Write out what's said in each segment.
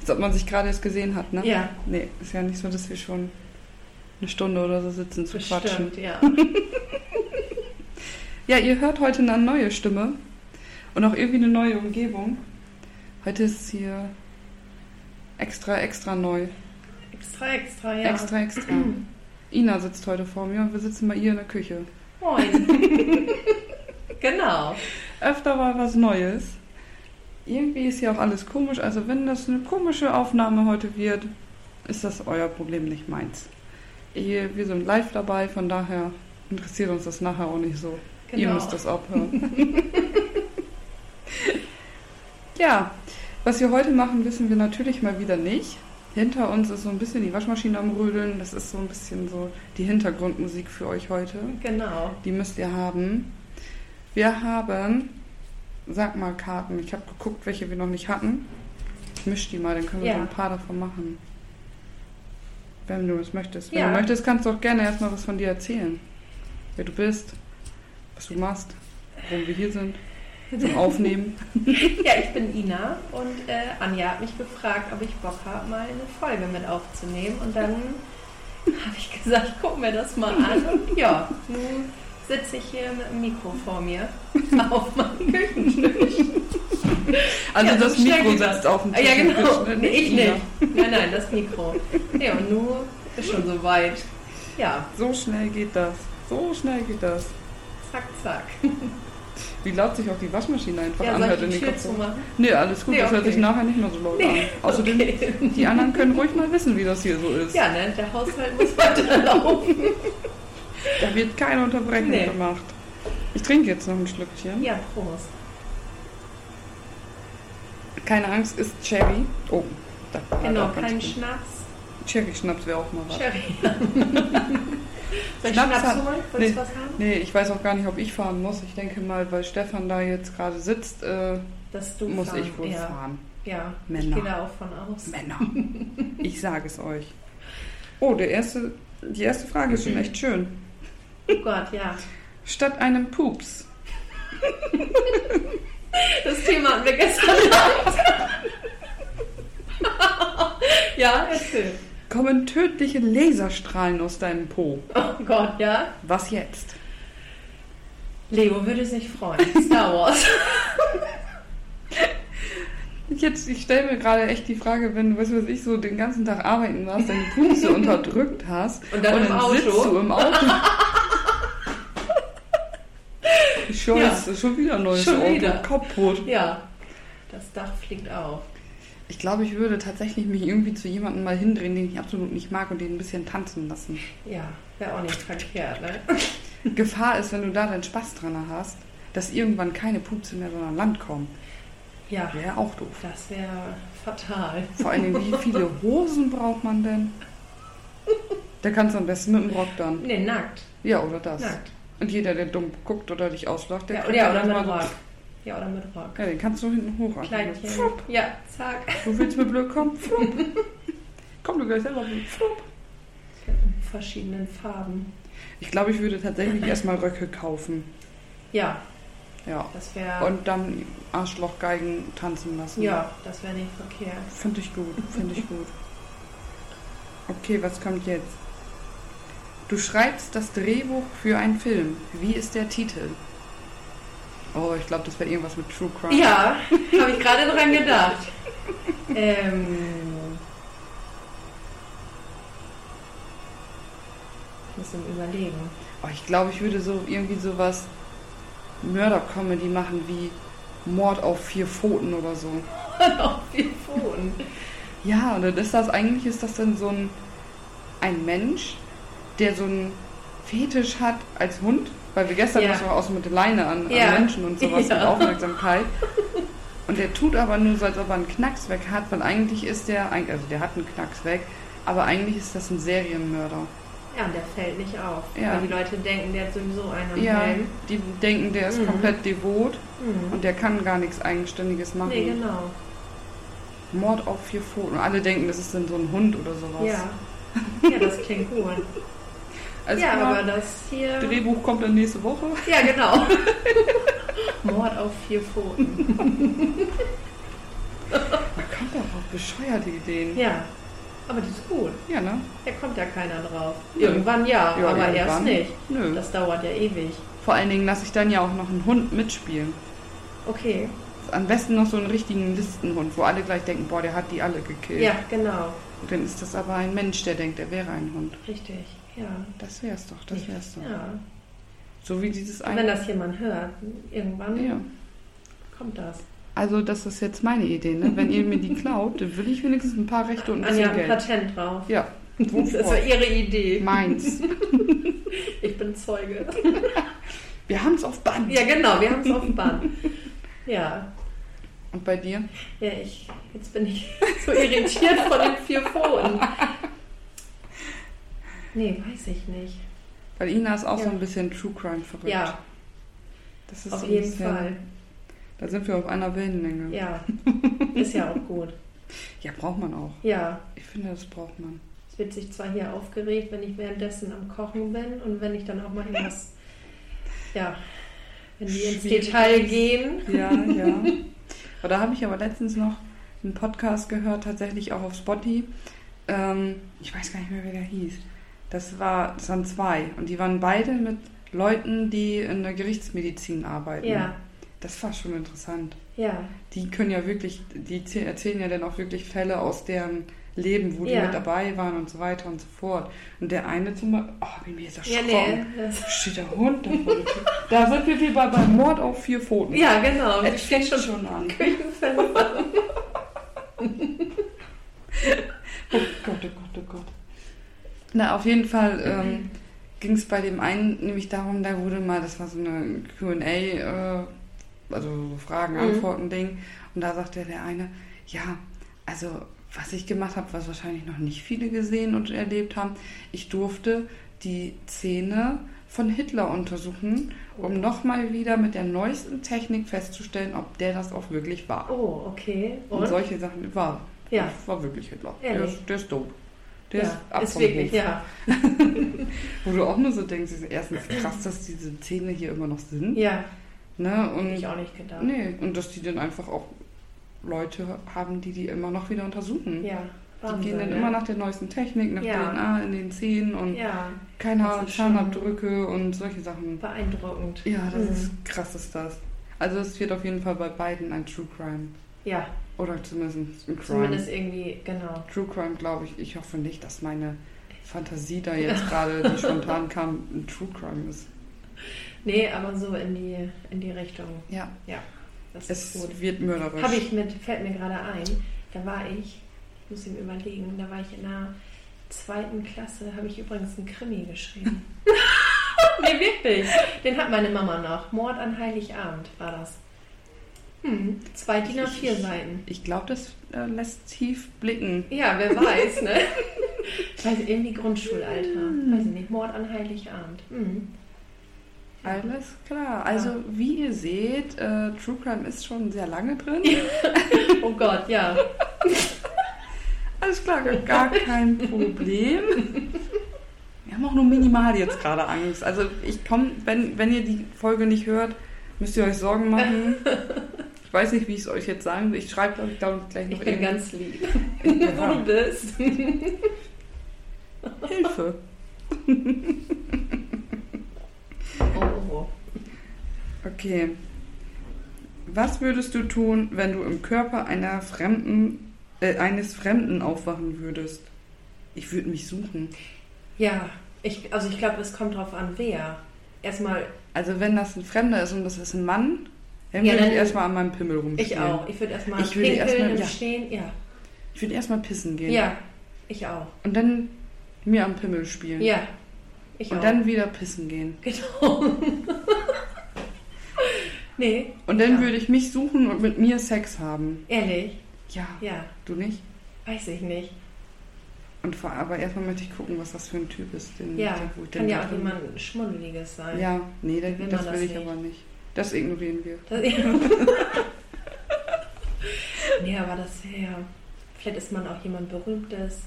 als ob man sich gerade erst gesehen hat, ne? Ja. Nee, ist ja nicht so, dass wir schon eine Stunde oder so sitzen zu quatschen. Bestimmt, ja. Ja, ihr hört heute eine neue Stimme und auch irgendwie eine neue Umgebung. Heute ist es hier extra, extra neu. Extra, extra, ja. Extra, extra. Ina sitzt heute vor mir und wir sitzen bei ihr in der Küche. Moin. genau. Öfter mal was Neues. Irgendwie ist hier auch alles komisch. Also wenn das eine komische Aufnahme heute wird, ist das euer Problem, nicht meins. Ihr- Wir sind live dabei, von daher interessiert uns das nachher auch nicht so. Ihr Genau. müsst das abhören. ja, was wir heute machen, wissen wir natürlich mal wieder nicht. Hinter uns ist so ein bisschen die Waschmaschine am Rödeln. Das ist so ein bisschen so die Hintergrundmusik für euch heute. Genau. Die müsst ihr haben. Wir haben, sag mal, Karten. Ich habe geguckt, welche wir noch nicht hatten. Ich misch die mal, dann können wir Ja. so ein paar davon machen. Wenn du es möchtest. Wenn Ja. du möchtest, kannst du auch gerne erstmal was von dir erzählen. Wer du bist, was du machst, warum wir hier sind, zum Aufnehmen. Ja, ich bin Ina und äh, Anja hat mich gefragt, ob ich Bock habe, mal eine Folge mit aufzunehmen. Und dann habe ich gesagt, guck mir das mal an. Und ja, nun sitze ich hier mit dem Mikro vor mir auf meinem Küchentisch. Also Ja, das so schnell Mikro geht das. sitzt auf dem Ah, Ja, genau. Tisch, ne? Nee, ich Ina. nicht. Nein, nein, das Mikro. Ja, und nun ist schon soweit. Ja, So schnell geht das. So schnell geht das. zack, zack. Wie laut sich auch die Waschmaschine einfach Ja, soll anhört ich in die den Tür Kopfhörern. zumachen? Nee, alles gut, Nee, das hört okay. sich nachher nicht mehr so laut Nee, an. Außerdem, okay. die anderen können ruhig mal wissen, wie das hier so ist. Ja, ne, der Haushalt muss weiterlaufen. Da wird keine Unterbrechung Nee. gemacht. Ich trinke jetzt noch ein Schlückchen. Ja, Prost. Keine Angst, ist Cherry. Oh, da war Genau, doch ganz kein gut. Schnaps. Cherry-Schnaps wäre auch mal was. Sherry. Soll ich Schnaps Schnaps hat- holen? Willst du nee. was haben? Nee, ich weiß auch gar nicht, ob ich fahren muss. Ich denke mal, weil Stefan da jetzt gerade sitzt, äh, Dass du muss fahren. ich wohl ja. fahren. Ja, ich Männer. gehe da auch von aus. Männer. ich sage es euch. Oh, der erste, die erste Frage ist schon Mhm. echt schön. Oh Gott, ja. Statt einem Pups. Das Thema hatten wir gestern Abend. ja, erzähl. kommen tödliche Laserstrahlen aus deinem Po. Oh Gott, ja. Was jetzt? Leo würde sich freuen. Star Wars. Ich, jetzt- ich stelle mir gerade echt die Frage, wenn du, was weiß ich, so den ganzen Tag arbeiten warst, deine Puste unterdrückt hast Und dann im Auto. sitzt du im Auto. schon, Ja. es ist schon wieder ein neues Schon Auto. wieder. Kaputt. Ja. Das Dach fliegt auf. Ich glaube, ich würde tatsächlich mich irgendwie zu jemandem mal hindrehen, den ich absolut nicht mag und den ein bisschen tanzen lassen. Ja, wäre auch nicht verkehrt, ne? Gefahr ist, wenn du da deinen Spaß dran hast, dass irgendwann keine Pupse mehr, sondern Land kommen. Ja, Wäre auch doof. das wäre fatal. Vor allem, wie viele Hosen braucht man denn? Da kannst du am besten mit dem Rock dann. Ne, nackt. Ja, oder das. Nackt. Und jeder, der dumm guckt oder dich auslacht, der Ja, kriegt ja, oder dann mit mal Rock. Ja, oder mit Rock. Ja, den kannst du hinten hoch anziehen. Kleidchen. Flupp. Ja, zack. Du willst mir blöd kommen? Flupp. Komm du gleich selber blöd. Flupp. In verschiedenen Farben. Ich glaube, ich würde tatsächlich erstmal Röcke kaufen. Ja, Ja. das wäre. Und dann Arschlochgeigen tanzen lassen. Ja, das wäre nicht verkehrt. Finde ich gut, finde ich gut. Okay, was kommt jetzt? Du schreibst das Drehbuch für einen Film. Wie ist der Titel? Oh, ich glaube, das wäre irgendwas mit True Crime. Ja, habe ich gerade dran gedacht. Ähm, ich muss im Überlegen. Oh, ich glaube, ich würde so irgendwie sowas Mörder-Comedy machen wie Mord auf vier Pfoten oder so. Auf vier Pfoten. Ja, und dann ist das eigentlich ist das dann so ein ein Mensch, der so einen Fetisch hat als Hund, weil wir gestern Ja. das war aus mit der Leine an, Ja. an Menschen und sowas mit Ja. Aufmerksamkeit. Und der tut aber nur so, als ob er einen Knacks weg hat, weil eigentlich ist der, eig- also der hat einen Knacks weg, aber eigentlich ist das ein Serienmörder. Ja, und der fällt nicht auf. Ja. Weil die Leute denken, der hat sowieso einen am Ja, Helm. die denken, der ist Mhm. komplett devot Mhm. und der kann gar nichts Eigenständiges machen. Nee, genau. Mord auf vier Pfoten. Und alle denken, das ist dann so ein Hund oder sowas. Ja. ja, das klingt gut. Also ja, klar, aber das hier. Drehbuch kommt dann nächste Woche. Ja, genau. Mord auf vier Pfoten. Man kommt darauf. bescheuerte Ideen. Ja, aber die ist gut. Ja, ne? Da kommt ja keiner drauf. Nö. Irgendwann ja, Ja, aber erst irgendwann. nicht. Nö. Das dauert ja ewig. Vor allen Dingen lasse ich dann ja auch noch einen Hund mitspielen. Okay. Am besten noch so einen richtigen Listenhund, wo alle gleich denken, boah, der hat die alle gekillt. Ja, genau. Und dann ist das aber ein Mensch, der denkt, er wäre ein Hund. Richtig. Ja. Das wär's doch, das wär's doch. Ja. So wie dieses Wenn das jemand hört, irgendwann ja. kommt das. Also das ist jetzt meine Idee, ne? Wenn ihr mir die klaut, dann will ich wenigstens ein paar Rechte und ein bisschen Anja, ein Geld. Patent drauf. Ja. Das eh- war Wovor? ihre Idee. Meins. Ich bin Zeuge. Wir haben's auf Band. Ja, genau, wir haben es auf dem Band. Ja. Und bei dir? Ja, ich, jetzt bin ich so irritiert von den vier Pfoten. Nee, weiß ich nicht. Weil Ina ist auch Ja. so ein bisschen True Crime verrückt. Ja, Das ist auf so ein jeden bisschen, Fall. Da sind wir auf einer Wellenlänge. Ja, ist ja auch gut. ja, braucht man auch. Ja, Ich finde, das braucht man. es wird sich zwar hier aufgeregt, wenn ich währenddessen am Kochen bin und wenn ich dann auch mal irgendwas, ja, wenn die ins Schwierig. Detail gehen. Ja, ja. Aber da habe ich aber letztens noch einen Podcast gehört, tatsächlich auch auf Spotty. Ähm, ich weiß gar nicht mehr, wer der hieß. Das, war, das waren zwei. Und die waren beide mit Leuten, die in der Gerichtsmedizin arbeiten. Ja, Das war schon interessant. ja, Die können ja wirklich, die zäh- erzählen ja dann auch wirklich Fälle aus deren Leben, wo die Ja. mit dabei waren und so weiter und so fort. Und der eine zum Beispiel, oh, wie mir ist das ja, erschrocken. nee. Das, Steht der Hund da vor der Tür. Da sind wir wie bei, beim Mord auf vier Pfoten. ja, genau. es fängt schon, an. Küchenfenster. Oh Gott, oh Gott, oh Gott. Na, auf jeden Fall ähm, ging es bei dem einen nämlich darum, da wurde mal, das war so eine QA, äh, also so Mhm. Fragen-Antworten-Ding. Und da sagte der eine, ja, also was ich gemacht habe, was wahrscheinlich noch nicht viele gesehen und erlebt haben, ich durfte die Zähne von Hitler untersuchen, um nochmal wieder mit der neuesten Technik festzustellen, ob der das auch wirklich war. Oh, okay. Und, solche Sachen war. Ja. Das war wirklich Hitler. Der Ehrlich? ist, der ist dope. Der ja, ist ab ist vom wirklich, Hof. ja. Wo du auch nur so denkst, ist erstens krass, dass diese Zähne hier immer noch sind. Ja, Ne? hätte ich Und, auch nicht gedacht. nee. und dass die dann einfach auch Leute haben, die die immer noch wieder untersuchen. Ja, die Wahnsinn, gehen dann ne? immer nach der neuesten Technik, nach Ja. DNA in den Zähnen und Ja, keine Das Ahnung, ist schon- Zahnabdrücke und solche Sachen. beeindruckend. Ja, das Mhm. ist krass, ist das. Also es wird auf jeden Fall bei beiden ein True Crime. Ja, Oder zumindest ein Crime. zumindest irgendwie, genau. True Crime glaube ich. Ich hoffe nicht, dass meine Fantasie da jetzt gerade, die spontan kam, ein True Crime ist. Nee, aber so in die, in die Richtung. Ja, Das es ist gut. wird mörderisch. Habe ich mit, fällt mir gerade ein, da war ich, ich muss ihm überlegen, da war ich in der zweiten Klasse, habe ich übrigens einen Krimi geschrieben. nee, wirklich. Den hat meine Mama noch. Mord an Heiligabend war das. Hm, zwei DIN A4 Seiten. Ich glaube, das äh, lässt tief blicken. Ja, wer weiß, ne? Weiß irgendwie Grundschulalter. Weiß ich nicht, Mord an Heiligabend. Hm. Alles klar. Also wie ihr seht, äh, True Crime ist schon sehr lange drin. Oh Gott, ja. Alles klar, gar kein Problem. Wir haben auch nur minimal jetzt gerade Angst. Also ich komme, wenn, wenn ihr die Folge nicht hört, müsst ihr euch Sorgen machen. Ich weiß nicht, wie ich es euch jetzt sagen will. Ich schreibe, glaube ich, glaub, gleich noch Ich bin eben- ganz lieb, wo Ja. du bist. Hilfe. Oh, oh, oh. Okay. Was würdest du tun, wenn du im Körper einer Fremden, äh, eines Fremden aufwachen würdest? Ich würde mich suchen. Ja, ich, also ich glaube, es kommt drauf an, wer. Erstmal, Also wenn das ein Fremder ist und das ist ein Mann, dann Ja, würde ich dann- erstmal an meinem Pimmel rumspielen. ich auch. Ich würde erstmal Ich würde erstmal- im ja. Stehen. Ja. Ich würde erstmal pissen gehen. ja, ich auch. Und dann mir am Pimmel spielen. Ja, ich auch. Und dann wieder pissen gehen. genau. nee, Und dann Ja. würde ich mich suchen und mit mir Sex haben. ehrlich, Ja, ja, du nicht? weiß ich nicht. Und vor, aber erstmal möchte ich gucken, was das für ein Typ ist. Den, Ja, wo ich kann dann ja auch drin- jemand Schmuddeliges sein. Ja, nee, da, Will man das will das ich nicht. aber nicht. Das ignorieren wir. Das, nee, aber das wäre ja. Vielleicht ist man auch jemand Berühmtes.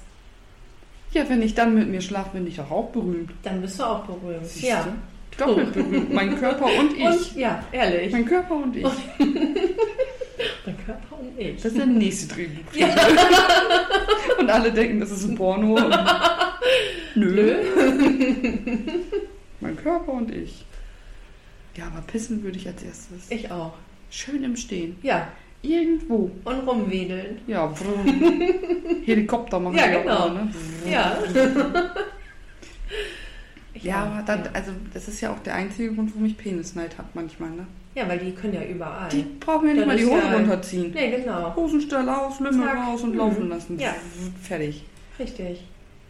Ja, wenn ich dann mit mir schlafe, bin ich doch auch berühmt. Dann bist du auch berühmt. Siehst Ja. du? Doppelt berühmt. Mein Körper und ich. Und ja, ehrlich. mein Körper und ich. Mein Körper und ich. Das ist der nächste Drehbuch. Und alle denken, das ist ein Porno. Und Nö. Mein Körper und ich. Ja, aber pissen würde ich als erstes. Ich auch. Schön im Stehen. Ja, Irgendwo. und rumwedeln. Ja, brumm. Helikopter machen Ja, die genau. auch mal, ne? Ja. Ich Ja, auch, aber dann, also das ist ja auch der einzige Grund, warum ich Penisneid habe manchmal, ne? ja, weil die können ja überall. Die brauchen mir nicht Dann mal die ist Hose ja- runterziehen. Nee, genau. Hosenstelle aus, Lümmel Zack. raus und Mhm. laufen lassen. Ja. Fertig. Richtig.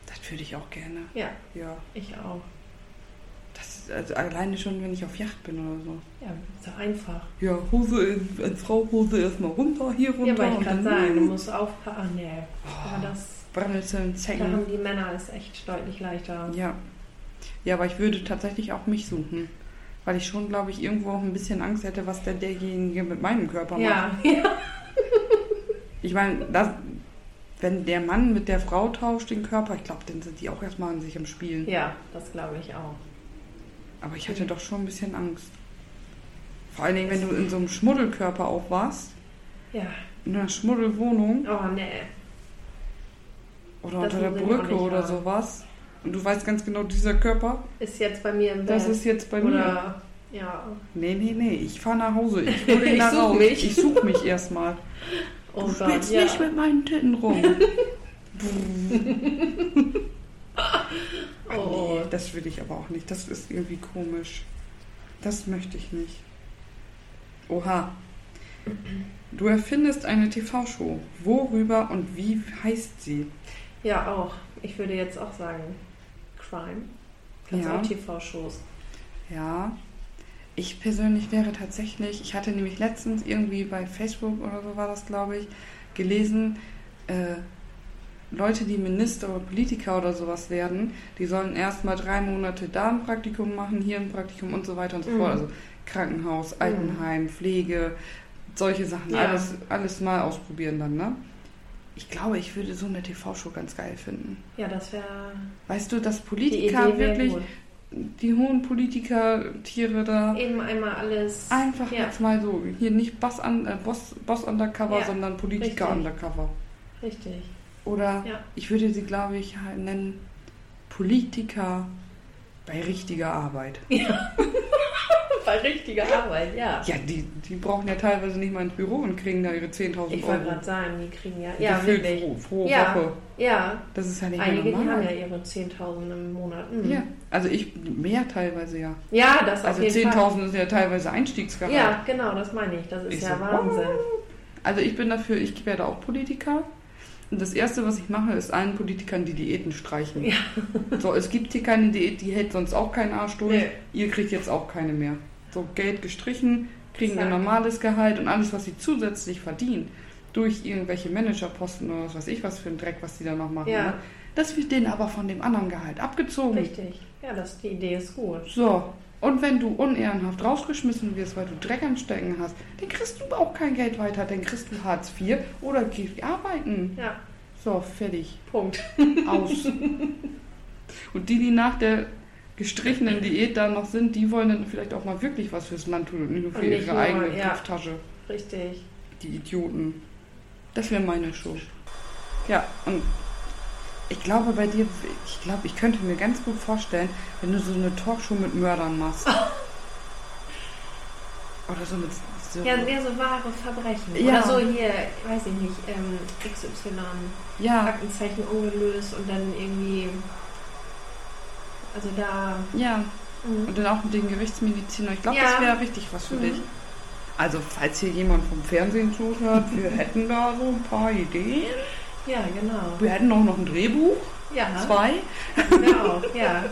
Das würde ich auch gerne. Ja, Ja. ich auch. Das ist also alleine schon, wenn ich auf Yacht bin oder so. Ja, ist doch einfach. Ja, Hose in- als Frau Hose erstmal runter, hier runter Ja, weil ich und gerade dann sagen, du musst aufpassen. Ach, nee. Oh. Aber das, Brandelzeln, da haben Zecken. die Männer es echt deutlich leichter. Ja. Ja, aber ich würde tatsächlich auch mich suchen. Weil ich schon, glaube ich, irgendwo auch ein bisschen Angst hätte, was der derjenige mit meinem Körper macht. Ja, ja. Ich meine, das, wenn der Mann mit der Frau tauscht den Körper, ich glaube, dann sind die auch erstmal an sich am Spielen. ja das glaube ich auch. Aber ich hatte doch schon ein bisschen Angst. Vor allen Dingen, wenn du in so einem Schmuddelkörper auch warst, Ja, in einer Schmuddelwohnung oh nee. oder Das unter der muss ich auch Brücke nicht oder haben. sowas. Und du weißt ganz genau, dieser Körper, Ist jetzt bei mir im Bett. das ist jetzt bei mir. Oder, ja. Nee, nee, nee, ich fahre nach Hause. Ich hole ihn Ich da such raus. mich. Ich suche mich erstmal. Oh Du Gott, spielst ja. nicht mit meinen Titten rum. Ach Oh. Nee, das will ich aber auch nicht. Das ist irgendwie komisch. Das möchte ich nicht. Oha. Du erfindest eine TV-Show. Worüber und wie heißt sie? Ja, auch. Ich würde jetzt auch sagen, Crime. Ganz Ja. auch TV-Shows. Ja. Ich persönlich wäre tatsächlich, ich hatte nämlich letztens irgendwie bei Facebook oder so war das, glaube ich, gelesen, äh, Leute, die Minister oder Politiker oder sowas werden, die sollen erstmal drei Monate da ein Praktikum machen, hier ein Praktikum und so weiter und so Mhm. fort. Also Krankenhaus, Altenheim, Pflege, solche Sachen. Ja. Alles, alles mal ausprobieren dann, ne? Ich glaube, ich würde so eine TV-Show ganz geil finden. Ja, das wäre Weißt du, dass die Politiker Idee wäre wirklich gut. die hohen Politiker-Tiere da Eben einmal alles. einfach ja, jetzt mal so, hier nicht Boss, un, äh, Boss, Boss Undercover, Ja, sondern Politiker richtig. Undercover. richtig. Oder Ja. ich würde sie, glaube ich, halt nennen Politiker bei richtiger Arbeit. Bei richtiger Arbeit, ja. Ja, die, die brauchen ja teilweise nicht mal ins Büro und kriegen da ihre 10.000 Euro. Ich wollte gerade sagen, die kriegen ja. Ja, Gefühlt wirklich. pro, pro Ja. Woche. Ja, Das ist ja nicht einige, mehr die haben normal. ja ihre 10.000 im Monat. Mhm. ja. Also ich, mehr teilweise ja. ja, das Also auf jeden Fall. 10.000 ist ja teilweise Einstiegsgehalt. Ja, genau, das meine ich. Das ist Ich ja so, Wahnsinn. Also ich bin dafür, ich werde auch Politiker. Und das Erste, was ich mache, ist allen Politikern die Diäten streichen. Ja. So, es gibt hier keine Diät, die hält sonst auch keinen Arsch durch. Nee. Ihr kriegt jetzt auch keine mehr. So, Geld gestrichen, kriegen ihr Zack. normales Gehalt und alles, was sie zusätzlich verdienen, durch irgendwelche Managerposten oder was weiß ich was für einen Dreck, was die da noch machen. Ja. Ne? Das wird denen aber von dem anderen Gehalt abgezogen. Richtig. Ja, das, die Idee ist gut. So, und wenn du unehrenhaft rausgeschmissen wirst, weil du Dreck am Stecken hast, dann kriegst du auch kein Geld weiter, dann kriegst du Hartz IV oder gehst arbeiten. Ja, So, fertig, Punkt. aus. und die, die nach der gestrichenen Diät da noch sind, die wollen dann vielleicht auch mal wirklich was fürs Land tun und nicht nur für Und nicht ihre nur, eigene ja. Kopftasche. Richtig. Die Idioten. Das wäre meine Show. Ja, und ich glaube bei dir, ich glaube, ich könnte mir ganz gut vorstellen, wenn du so eine Talkshow mit Mördern machst. Oder so mit. So, Ja, mehr so wahre Verbrechen. Oder Ja. so hier, weiß ich nicht, ähm, XY. ja, Aktenzeichen ungelöst und dann irgendwie. Also da. ja. Mhm. Und dann auch mit den Gerichtsmedizinern. Ich glaube, Ja. das wäre richtig was für Mhm. dich. Also, falls hier jemand vom Fernsehen zuhört, wir hätten da so ein paar Ideen. Ja, genau. Wir hätten auch noch ein Drehbuch, Ja, zwei. wir auch. Ja,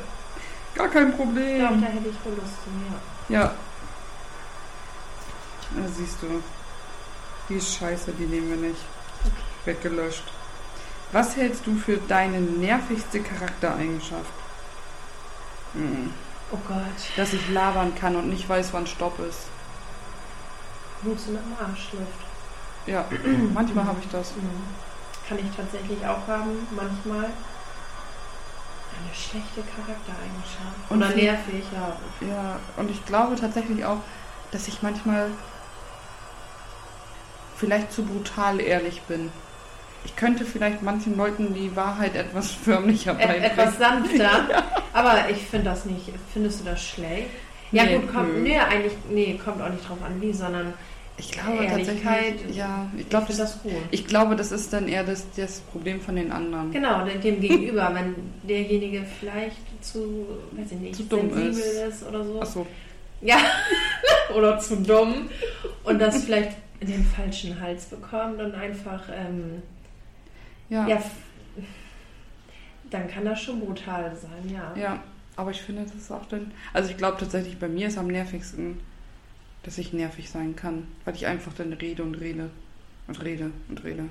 Gar kein ich Problem. glaube, da hätte ich wohl Lust zu. Ja. Ja. Da Ah, siehst du. Die ist scheiße, die nehmen wir nicht. Wird gelöscht. Was hältst du für deine nervigste Charaktereigenschaft? Hm, Oh Gott, Dass ich labern kann und nicht weiß, wann Stopp ist. Husten am Arschluft. Ja, manchmal habe ich das. Mhm. Kann ich tatsächlich auch haben, manchmal. Eine schlechte Charaktereigenschaft. Und Oder wie- nervig, ja. Ja, und ich glaube tatsächlich auch, dass ich manchmal vielleicht zu brutal ehrlich bin. Ich könnte vielleicht manchen Leuten die Wahrheit etwas förmlicher Et, beibringen. etwas sanfter. Aber ich finde das nicht. Findest du das schlecht? Ja Nee, gut, kommt, nö. nee, eigentlich, nee, kommt auch nicht drauf an, wie, sondern Ich glaube Ehrlichkeit, tatsächlich, ja, ich ich glaube, finde das, das gut. ich glaube, das ist dann eher das, das Problem von den anderen. Genau, dem- dem Gegenüber, wenn derjenige vielleicht zu, weiß ich nicht, Zu dumm sensibel ist. ist. oder so. Achso, Ja, oder zu dumm und das vielleicht in den falschen Hals bekommt und einfach, ähm, ja, ja, ja, f- dann kann das schon brutal sein, ja. Aber ich finde, das ist auch dann, also ich glaube tatsächlich, bei mir ist am nervigsten, dass ich nervig sein kann, weil ich einfach dann rede und rede und rede und rede.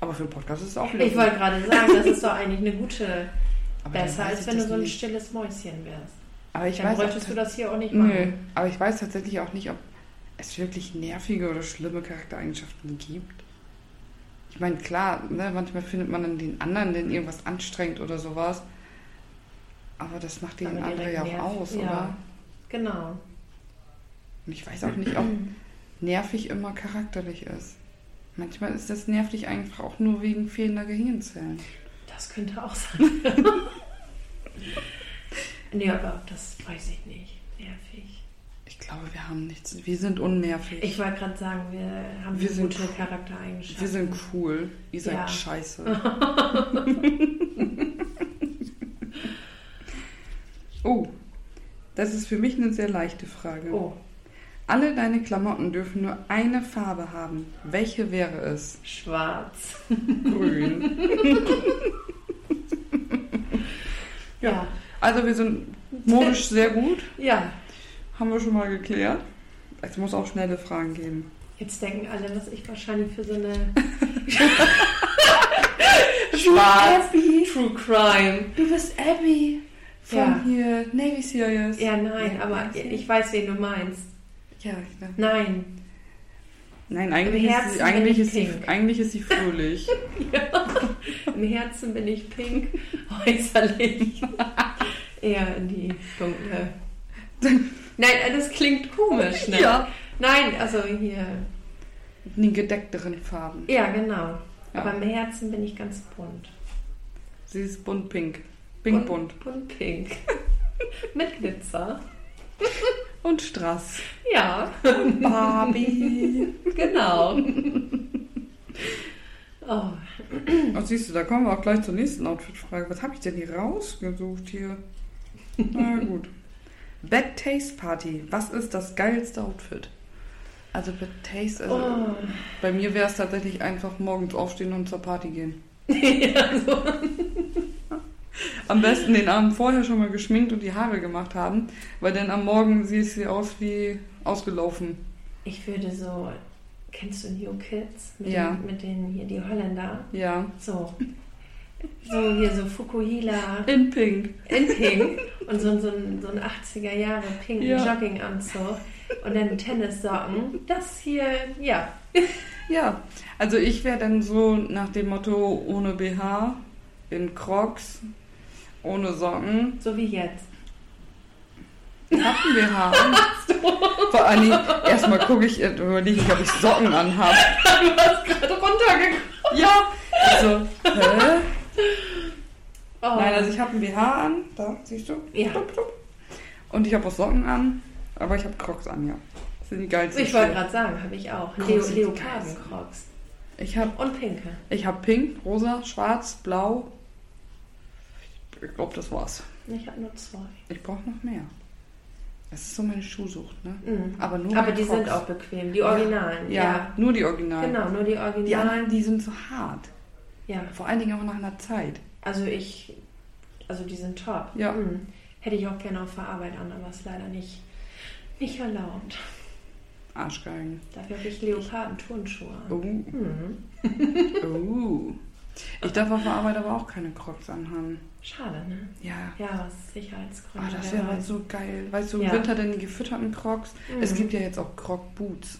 Aber für einen Podcast ist es auch wieder Ich gut. wollte gerade sagen, das ist doch eigentlich eine gute, Aber dann besser weiß als ich wenn du das so ein nicht. stilles Mäuschen wärst. Aber ich Dann weiß auch, bräuchtest du das hier auch nicht machen. Nö, aber ich weiß tatsächlich auch nicht, ob es wirklich nervige oder schlimme Charaktereigenschaften gibt. Ich meine, klar, ne, manchmal findet man dann den anderen, den irgendwas anstrengt oder sowas. Aber das macht den Aber anderen direkt ja nerv- auch aus, ja. oder? Genau. Und ich weiß auch nicht, ob nervig immer charakterlich ist. Manchmal ist das nervig einfach auch nur wegen fehlender Gehirnzellen. Das könnte auch sein. nee, aber das weiß ich nicht. Nervig. Ich glaube, wir haben nichts. Wir sind unnervig. Ich wollte gerade sagen, wir haben Wir sind gute cool. Charaktereigenschaften. wir sind cool. Ihr seid Ja. scheiße. oh, das ist für mich eine sehr leichte Frage. Oh, Alle deine Klamotten dürfen nur eine Farbe haben. Welche wäre es? schwarz. Grün. Ja. Ja. Also wir sind modisch sehr gut. Ja. Haben wir schon mal geklärt. Es muss auch schnelle Fragen geben. Jetzt denken alle, dass ich wahrscheinlich für so eine Schwarz. True Crime. Du bist Abby von Ja. hier Navy Series. Ja, nein, aber ich weiß, wen du meinst. Ja, ich glaub- Nein. Nein, eigentlich ist, Herzen sie, eigentlich, bin ich ist sie, pink. eigentlich ist sie fröhlich. Im Herzen bin ich pink, äußerlich. Eher in die dunkle. Nein, das klingt komisch, ne? Nein, also hier. Mit den gedeckteren Farben. Ja, genau. Ja. Aber im Herzen bin ich ganz bunt. Sie ist bunt pink. Pink bunt. Bunt pink. Mit Glitzer. Und Strass. Ja, Barbie. genau. oh, Und siehst du, da kommen wir auch gleich zur nächsten Outfit-Frage. Was habe ich denn hier rausgesucht hier? Na gut. Bad Taste Party. Was ist das geilste Outfit? Also Bad Taste, also oh. bei mir wäre es tatsächlich einfach morgens aufstehen und zur Party gehen. ja, so. Am besten den Abend vorher schon mal geschminkt und die Haare gemacht haben, weil dann am Morgen siehst du aus wie ausgelaufen. Ich würde so, kennst du New Kids? Mit Ja. Den, mit den hier, die Holländer. Ja. So. So hier so Fukuhila In Pink. in Pink und so, so, ein, so ein 80er Jahre pinken Ja. Jogginganzug und dann Tennissocken. Das hier, ja. Ja. Also ich wäre dann so nach dem Motto ohne BH, in Crocs, ohne Socken. So wie jetzt. Ich hab ein BH an. Vor allem, erstmal gucke ich, äh, überlege ich, ob ich Socken anhabe. Du hast gerade runtergekommen. Ja. Also, hä? Oh. Nein, also ich habe ein BH an. Da, siehst du? Ja. Plupp, plupp. Und ich habe auch Socken an, aber ich habe Crocs an, ja. Das sind die geilsten. Ich wollte Schuhe. gerade sagen, habe ich auch. Crocs Leo, sind die geilsten. Leopardenkrogs. Ich habe Und pinke. ich hab pink, rosa, schwarz, blau. Ich glaube, das war's. Ich habe nur zwei. Ich brauche noch mehr. Das ist so meine Schuhsucht, ne? Mhm. Aber nur Aber bei die Crocs. sind auch bequem. Die Originalen. Ja, nur die Originalen. Genau, nur die Die anderen, Originalen. die sind so hart. Ja, Vor allen Dingen auch nach einer Zeit. also ich, also die sind top. Ja. Mhm. Hätte ich auch gerne auf der Arbeit an, aber ist leider nicht, nicht erlaubt. Arschgeigen. Dafür habe ich Leoparden-Turnschuhe an. Oh, Mhm. oh. Ich darf auf der Arbeit aber auch keine Crocs anhaben. Schade, ne? Ja. Ja, aus Sicherheitsgründen. Ah, das wer wäre weiß. so geil. Weißt du, im Ja. Winter dann die gefütterten Crocs. Mhm. Es gibt ja jetzt auch Croc Boots.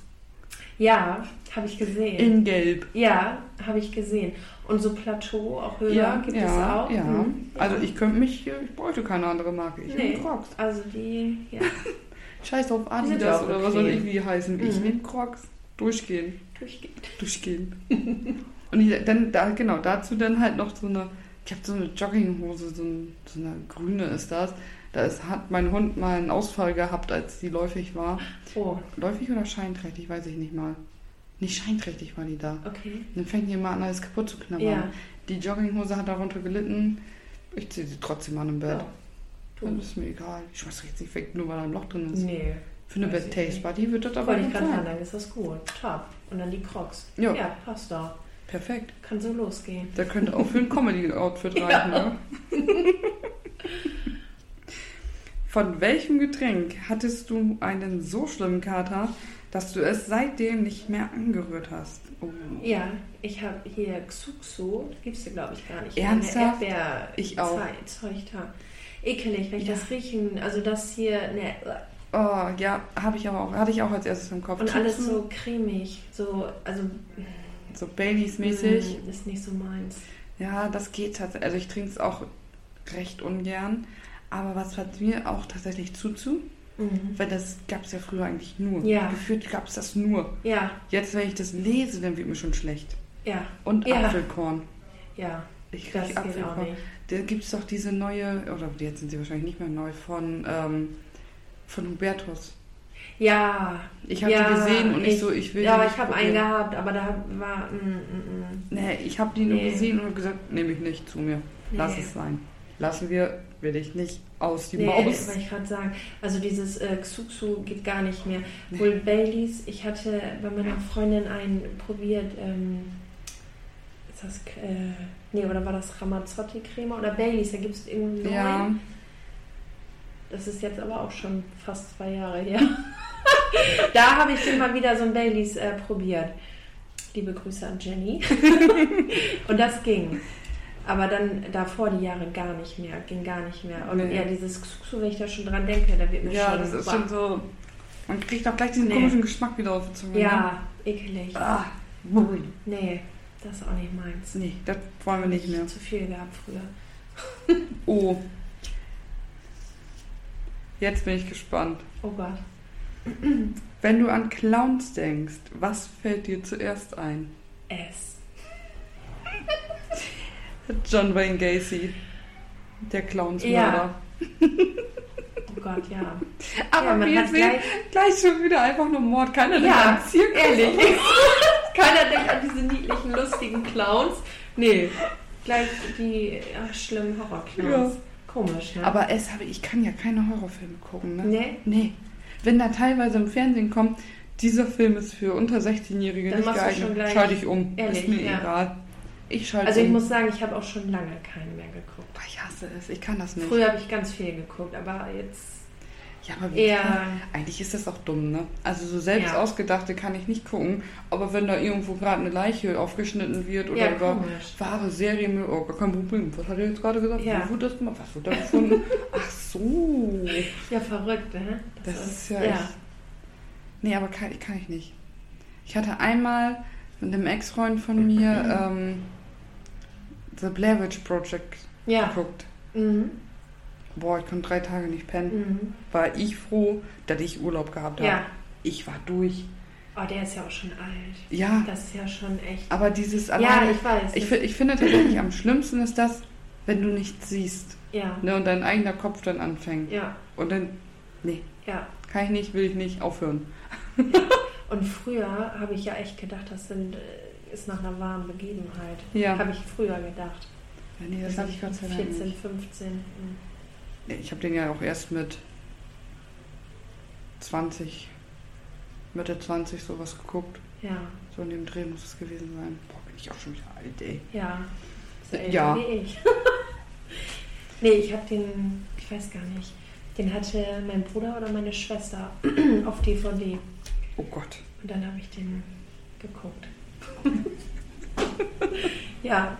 Ja, habe ich gesehen. In Gelb. ja, habe ich gesehen. Und so Plateau, auch höher, gibt ja, es auch. Ja. Mhm. Ja. Also ich könnte mich, hier- ich bräuchte keine andere Marke. Ich Nee. nehme Crocs. Also die, ja. Scheiß auf sind Adidas ja auch oder was soll bequem. ich wie die heißen. Ich Mhm. nehme Crocs. durchgehen, durchgeht. durchgehen. und ich, dann, da, genau, dazu dann halt noch so eine, ich habe so eine Jogginghose, so, ein, so eine grüne ist das. Da ist, hat mein Hund mal einen Ausfall gehabt, als die läufig war. Oh, Läufig oder scheinträchtig, weiß ich nicht mal. Nicht scheinträchtig war die da. okay. Dann fängt die immer an, alles kaputt zu knabbern. Ja. Die Jogginghose hat darunter gelitten. Ich ziehe sie trotzdem an im Bett. Ja. Dann Oh, Du. ist mir egal. Ich schmeiß jetzt nicht weg, nur weil da ein Loch drin ist. Nee. Für eine Weiß Bad ich Taste nicht. Party wird das aber Wollte ich nicht gerade sein. sagen, ist das gut. Top. Und dann die Crocs. Ja. ja passt doch. Perfekt. Kann so losgehen. Da könnte auch für ein Comedy-Outfit Ja. reichen. Ne? Von welchem Getränk hattest du einen so schlimmen Kater, dass du es seitdem nicht mehr angerührt hast? Oh. Ja, ich habe hier Xuxo, gibt's dir glaube ich gar nicht. Ernsthaft? Erdbeer Ich auch. Zeug- Zeug da. Ekelig, wenn ich Ja. das riechen, also das hier, ne, Oh, ja, habe ich aber auch, hatte ich auch als erstes im Kopf. und alles Tipsen, so cremig, so, also so Baileys-mäßig. mm, ist nicht so meins. Ja, das geht tatsächlich. Also ich trinke es auch recht ungern. Aber was hat mir auch tatsächlich zuzu? Mhm. Weil das gab es ja früher eigentlich nur. Ja. Gefühlt gab es das nur. Ja, Jetzt, wenn ich das lese, dann wird mir schon schlecht. ja, Und Ja. Apfelkorn. ja, Ich das krieg geht auch Apfelkorn. nicht. Da gibt es doch diese neue, oder jetzt sind sie wahrscheinlich nicht mehr neu, von, ähm, von Hubertus. Ja, Ich habe ja, die gesehen und ich, so, ich will Ja, die ich habe einen probieren. gehabt, aber da war, mm, mm, mm. Nee, ich habe die nur Nee. gesehen und hab gesagt, nehme ich nicht zu mir. Lass Nee. es sein. Lassen wir, will ich nicht aus die nee, Maus. wollte ich gerade sagen. Also dieses äh, Xuxu geht gar nicht mehr. Wohl Baileys, ich hatte bei meiner Freundin einen probiert, ähm, ist das, äh, nee, oder war das Ramazzotti-Creme oder Baileys, da gibt es irgendeinen neuen. Ja, Das ist jetzt aber auch schon fast zwei Jahre her. da habe ich den mal wieder so ein Baileys äh, probiert. Liebe Grüße an Jenny. und das ging. Aber dann davor die Jahre gar nicht mehr, ging gar nicht mehr. Und Nee. ja, dieses Xuxu, wenn ich da schon dran denke, da wird mir ja schon... das ist Wow. schon so. Man kriegt auch gleich diesen Nee. komischen Geschmack wieder auf die Zunge. Ne? Ja, ekelig. Ah, moin. Nee, das ist auch nicht meins. Nee, das wollen wir nicht mehr. Zu viel gehabt früher. Oh. Jetzt bin ich gespannt. Oh Gott. Wenn du an Clowns denkst, was fällt dir zuerst ein? Es. John Wayne Gacy. Der Clownsmörder. Oh Gott, ja. ja, Aber wir hat sehen gleich, schon wieder einfach nur Mord. Keiner denkt Ja, an Zirkus. Ehrlich. Keiner denkt an diese niedlichen, lustigen Clowns. Nee. Gleich die ach, schlimmen Horrorclowns. Komisch, ne? Aber es habe ich kann ja keine Horrorfilme gucken, ne? nee, Nee. Wenn da teilweise im Fernsehen kommt, dieser Film ist für unter 16-Jährige Dann nicht machst du geeignet. schon gleich- schalte ich um. Ehrlich, ist mir ja. egal. Ich schalte also ich um. muss sagen, ich habe auch schon lange keinen mehr geguckt. Boah, ich hasse es. Ich kann das nicht. Früher habe ich ganz viel geguckt, aber jetzt ja, aber wie kann- eher. Eigentlich ist das auch dumm, ne? Also so selbst Ja. ausgedachte kann ich nicht gucken. Aber wenn da irgendwo gerade eine Leiche aufgeschnitten wird oder ja, über komisch. wahre Serien, oh, gar kein Problem. Was hat er jetzt gerade gesagt? Ja. Wie wurde das gemacht? Was wurde da gefunden? Ach so. Ja, verrückt, ne? Das ist ja, echt. Nee, aber kann, kann ich nicht. Ich hatte einmal mit einem Ex-Freund von mir Mhm. ähm, The Blair Witch Project Ja. geguckt. Mhm. Boah, ich konnte drei Tage nicht pennen. Mhm. War ich froh, dass ich Urlaub gehabt habe. Ja. Ich war durch. Oh, der ist ja auch schon alt. Ja, Das ist ja schon echt. aber dieses Ja, alleine. ich weiß. ich, fi- ich finde tatsächlich am schlimmsten ist das, wenn du nichts siehst. ja. Ne, und dein eigener Kopf dann anfängt. Ja. Und dann, nee, Ja. kann ich nicht, will ich nicht, aufhören. Und früher habe ich ja echt gedacht, das sind, äh, ist nach einer wahren Begebenheit. Ja. Habe ich früher gedacht. Ja, Nee, das habe ich Gott sei Dank. 14, nicht. 15. mhm. Nee, Ich habe den ja auch erst mit 20, Mitte 20 sowas geguckt. Ja, So in dem Dreh muss es gewesen sein. Boah, bin ich auch schon wieder alt, ey. ja. So älter Ja. wie ich. nee, ich habe den, ich weiß gar nicht, den hatte mein Bruder oder meine Schwester auf DVD. Oh Gott. Und dann habe ich den geguckt. ja,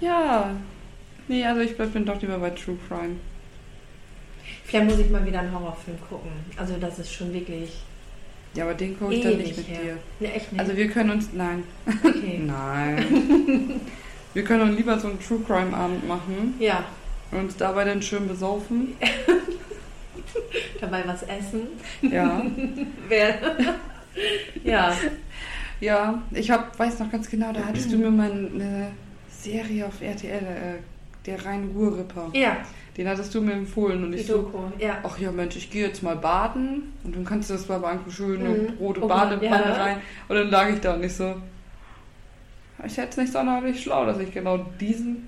Ja. Nee, also ich bleib, bin doch lieber bei True Crime. vielleicht muss ich mal wieder einen Horrorfilm gucken. Also das ist schon wirklich Ja, aber den gucke ich dann ewig nicht mit her. dir. Nee, echt nicht. Also wir können uns. Nein. okay. Nein. wir können uns lieber so einen True Crime Abend machen Ja, und uns dabei dann schön besaufen. dabei was essen. Ja. Wer? ja, Ja, ich hab, weiß noch ganz genau, da hattest du mir mal eine Serie auf RTL, äh, der Rhein-Ruhr-Ripper. Ja, Den hattest du mir empfohlen und die ich so, Doku. Ja. ach ja Mensch, ich gehe jetzt mal baden und dann kannst du das mal angucken, schöne Mhm. rote Oh Mann, Badewanne ja. rein. Und dann lag ich da und ich so, ich hätte es nicht sonderlich schlau, dass ich genau diesen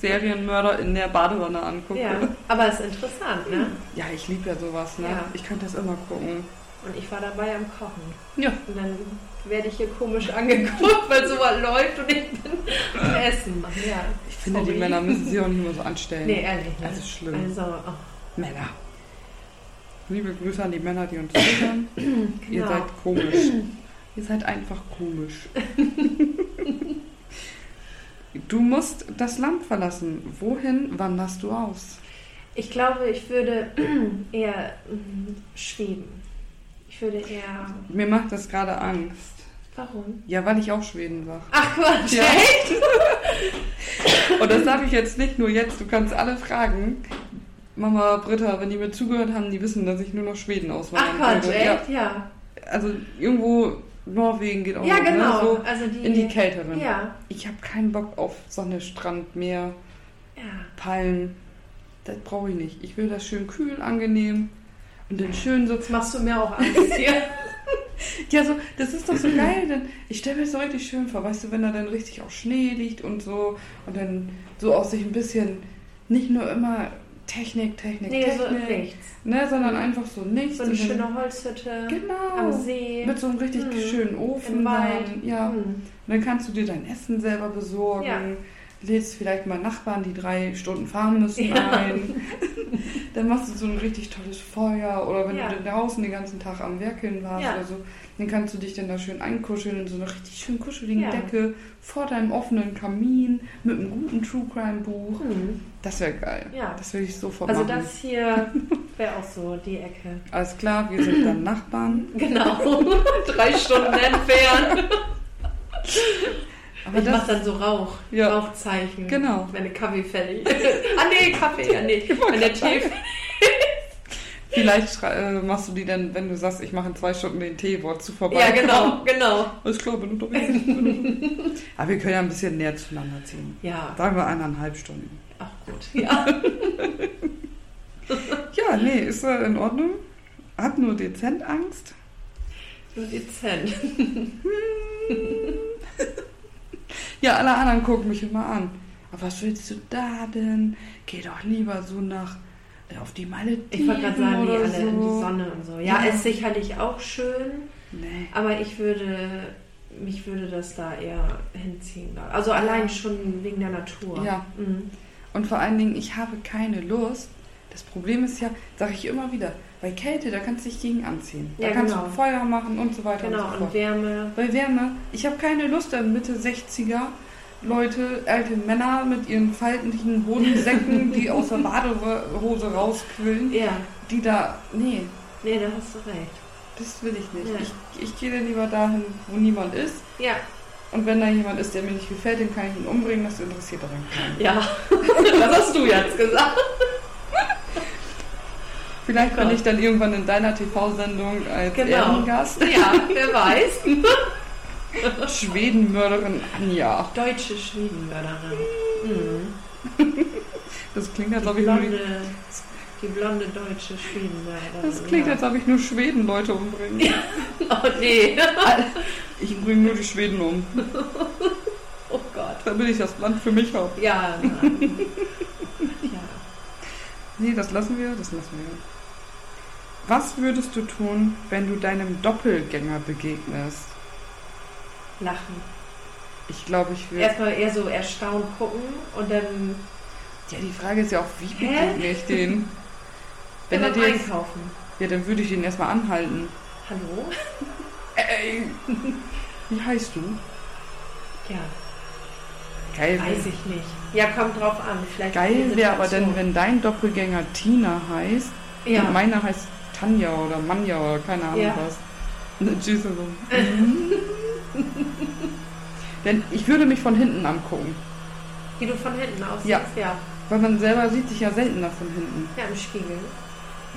Serienmörder in der Badewanne angucke. ja. Aber es ist interessant, ne? Ja, ich liebe ja sowas, ne? Ja. Ich könnte das immer gucken. Und ich war dabei am Kochen. Ja. Und dann werde ich hier komisch angeguckt, weil sowas läuft und ich bin am Essen. Ja, Ich finde, sorry. die Männer müssen sich auch nicht mehr so anstellen. Nee, ehrlich, ne? Das ist schlimm. Also, oh, Männer. Liebe Grüße an die Männer, die uns zuhören. Ihr genau. seid komisch. Ihr seid einfach komisch. du musst das Land verlassen. Wohin wanderst du aus? ich glaube, ich würde eher mm, schweben. Ich würde eher. Mir macht das gerade Angst. Warum? Ja, weil ich auch Schweden sag. Ach Quatsch, Ja. echt? Und das sage ich jetzt nicht nur jetzt. Du kannst alle fragen. Mama, Britta, wenn die mir zugehört haben, die wissen, dass ich nur noch Schweden Ach auswandern Quatsch, würde. echt? Ja. Ja, also irgendwo Norwegen geht auch Ja, noch, ne? genau. so Also die. in die Kälteren. ja. Ich habe keinen Bock auf Sonne, Strand, Meer, ja. Palmen. Das brauche ich nicht. Ich will das schön kühl, angenehm und dann schön so. Jetzt machst du mir auch Angst hier. Ja, so, das ist doch so geil, denn ich stelle mir das so richtig schön vor, weißt du, wenn da dann richtig auch Schnee liegt und so und dann so auch sich ein bisschen nicht nur immer Technik, Technik, nee, so Technik, nichts. ne, sondern einfach so nichts. So eine und dann- schöne Holzhütte genau, am See. mit so einem richtig Mhm. schönen Ofen Im Wald. Dann, ja. Hm. Und dann kannst du dir dein Essen selber besorgen. Ja. Lädst vielleicht mal Nachbarn, die drei Stunden fahren müssen, Ja. ein. dann machst du so ein richtig tolles Feuer. Oder wenn Ja. du dann draußen den ganzen Tag am Werkeln warst Ja. oder so, dann kannst du dich dann da schön einkuscheln in so einer richtig schön kuscheligen Ja. Decke vor deinem offenen Kamin mit einem guten True Crime Buch. Hm. Das wäre geil. Ja. Das will ich sofort Also machen. das hier wäre auch so die Ecke. Alles klar, wir sind dann Nachbarn. Genau. Drei Stunden entfernt. Aber ich das, mache dann so Rauch. Ja. Rauchzeichen. Genau. Wenn der Kaffee fertig ist. ah nee, Kaffee. Ah nee. Wenn der Tee vielleicht schrei- äh, machst du die dann, wenn du sagst, ich mache in zwei Stunden den Teewort zu vorbei. Ja, genau, genau. Alles klar, bin unterwegs. Aber wir können ja ein bisschen näher zueinander ziehen. Ja, Sagen wir eineinhalb Stunden. auch gut. Ja. Ja, nee, ist äh, in Ordnung. Hab nur dezent Angst. Nur dezent. Ja, alle anderen gucken mich immer an. Aber was willst du da denn? Geh doch lieber so nach äh, auf die Malediven Ich wollte gerade sagen, die oder alle so. in die Sonne und so. Ja, Ja. ist sicherlich auch schön, Nee. aber ich würde, mich würde das da eher hinziehen. glaub ich. Also allein schon wegen der Natur. Ja. Mhm. Und vor allen Dingen, ich habe keine Lust. Das Problem ist ja, sage ich immer wieder, bei Kälte, da kannst du dich gegen anziehen. Da Ja, kannst genau. du Feuer machen und so weiter und Genau, so fort. und Wärme. Bei Wärme, ich habe keine Lust an Mitte 60er Leute, alte Männer mit ihren faltenden Hodensäcken, die aus der Badehose rausquillen, Ja, die da, nee, nee, da hast du recht. das will ich nicht. Ja. Ich, ich gehe dann lieber dahin, wo niemand ist. Ja, Und wenn da jemand ist, der mir nicht gefällt, den kann ich ihn umbringen, das interessiert daran keinen. ja. das hast du jetzt gesagt. Vielleicht bin Gott. ich dann irgendwann in deiner TV-Sendung als Genau. Ehrengast Ja, wer weiß. Schwedenmörderin Anja. Deutsche Schwedenmörderin. Mhm. Das klingt, als ob Die ich nur, blonde, die blonde deutsche Schwedenmörderin. das klingt, ja. als ob ich nur Schweden-Leute umbringe. Oh nee. Ich bringe nur die Schweden um. Oh Gott. damit ich das Land für mich habe. Ja, nein. ja. Nee, das lassen wir, das lassen wir. Was würdest du tun, wenn du deinem Doppelgänger begegnest? Lachen. Ich glaube, ich würde. Erstmal eher so erstaunt gucken und dann Ja, die Frage ist ja auch, wie Hä? begegne ich den? Wenn er beim dir jetzt, einkaufen. ja, dann würde ich ihn erstmal anhalten. Hallo? Ey, wie heißt du? Ja, Geil, weiß ich nicht. Ja, kommt drauf an. Vielleicht geil die wäre aber Situation. dann, wenn dein Doppelgänger Tina heißt Ja. und meiner heißt Tanja oder Manja oder keine Ahnung Ja. was. Und dann schießt er so. denn ich würde mich von hinten angucken. Die du von hinten aussiehst. Ja. ja. Weil man selber sieht sich ja seltener von hinten. Ja, im Spiegel.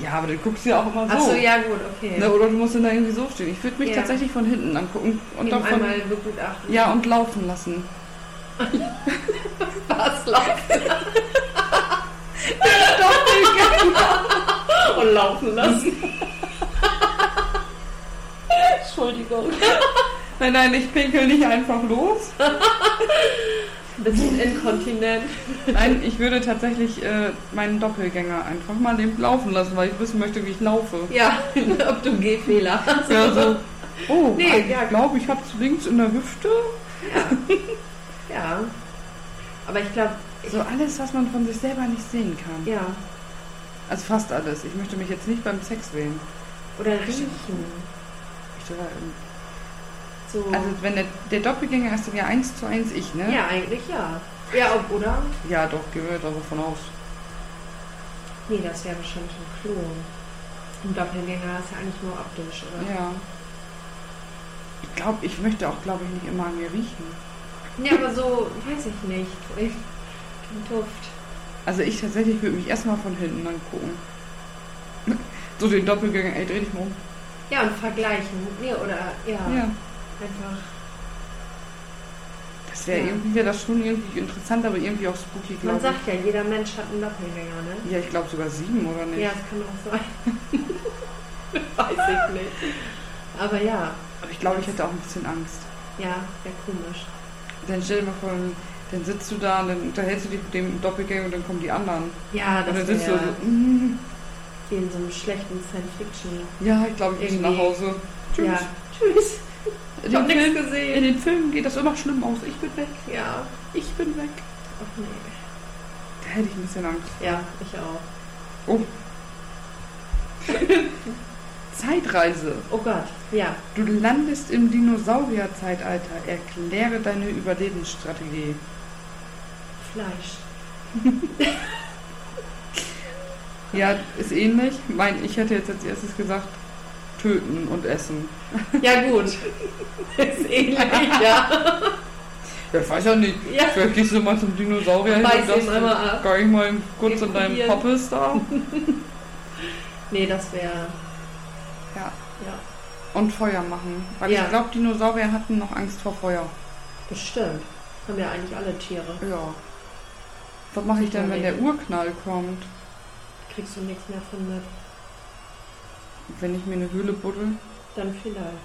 Ja, aber du guckst ja auch immer so. Ach so, ja gut, okay. ne, oder du musst dann da irgendwie so stehen. Ich würde mich Ja. tatsächlich von hinten angucken und Eben dann von, einmal begutachten. ja, und laufen lassen. Was laufen Und laufen lassen. Entschuldigung. Nein, nein, ich pinkel nicht einfach los. Bisschen inkontinent. Nein, ich würde tatsächlich äh, meinen Doppelgänger einfach mal eben laufen lassen, weil ich wissen möchte, wie ich laufe. Ja, ob du einen Gehfehler hast. Ja, so. Oh, Nee, ich ja. glaube, ich habe es links in der Hüfte. Ja. ja. Aber ich glaube, So alles, was man von sich selber nicht sehen kann. ja. Also fast alles. Ich möchte mich jetzt nicht beim Sex sehen. Oder riechen. Ich möchte da irgendwie- So. Also wenn der, der Doppelgänger ist dann ja eins zu eins ich, ne? Oh. ja, eigentlich ja. Ja, ob, oder? Ja, doch, gehen wir davon aus. Nee, das wäre wahrscheinlich ein Klon. Ein Doppelgänger ist ja eigentlich nur optisch, oder? Ja. Ich glaube, ich möchte auch, glaube ich, nicht immer an mir riechen. Ja, aber so, weiß ich nicht. Den Duft. Also ich tatsächlich würde mich erstmal von hinten angucken. So den Doppelgänger, ey, dreh dich mal um. Ja, und vergleichen. Nee, oder, ja. Ja. Einfach. Das wäre Ja. irgendwie wäre das schon irgendwie interessant, aber irgendwie auch spooky, Man glaube sagt ja, jeder Mensch hat einen Doppelgänger, ne? ich. Ja, ich glaube sogar sieben oder nicht. Ja, das kann auch sein. Weiß ich nicht. Aber ja, Aber ich glaube, ich hätte auch ein bisschen Angst. ja, wäre komisch. Dann stell dir mal vor, dann sitzt du da und dann unterhältst du dich mit dem Doppelgänger und dann kommen die anderen. Ja, und dann das sitzt wäre du so, mm, wie in so einem schlechten Science-Fiction. ja, ich glaube, ich muss nach Irgendwie. Hause. Tschüss. Ja, tschüss. In, Ich hab den nichts Filmen, in gesehen. den Filmen geht das immer schlimm aus. Ich bin weg. Ja, Ich bin weg. ach nee. Da hätte ich ein bisschen Angst. Ja, ich auch. Zeitreise. Oh Gott, ja. Du landest im Dinosaurierzeitalter. Erkläre deine Überlebensstrategie. Fleisch. Ja, ist ähnlich. Mein, ich hätte jetzt als erstes gesagt, töten und essen. Ja, gut. Ist ähnlich, ja. Ja, ich weiß ja nicht. Ja. Vielleicht gehst du mal zum Dinosaurier hin Beiß und ihn sagst, einmal ab. gar ich mal kurz Wir an deinem probieren. Poppes da. Nee, das wäre. Ja. Ja, Und Feuer machen. Weil Ja. ich glaube, Dinosaurier hatten noch Angst vor Feuer. bestimmt. Haben ja eigentlich alle Tiere. Ja. Was mache ich denn, wenn der Sicherlich. Urknall kommt? Kriegst du nichts mehr von mit. Wenn ich mir eine Höhle buddel, Dann vielleicht.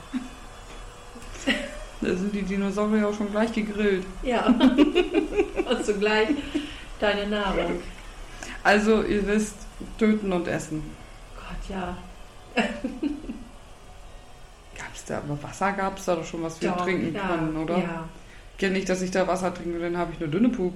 da sind die Dinosaurier auch schon gleich gegrillt. Ja. und zugleich deine Nahrung. Also, ihr wisst, töten und essen. Gott, ja. Gab's da aber Wasser? Gab's da doch schon was wir Doch, trinken ja, können, oder? Ja. Ja, nicht, dass ich da Wasser trinke, dann habe ich nur dünne Pup.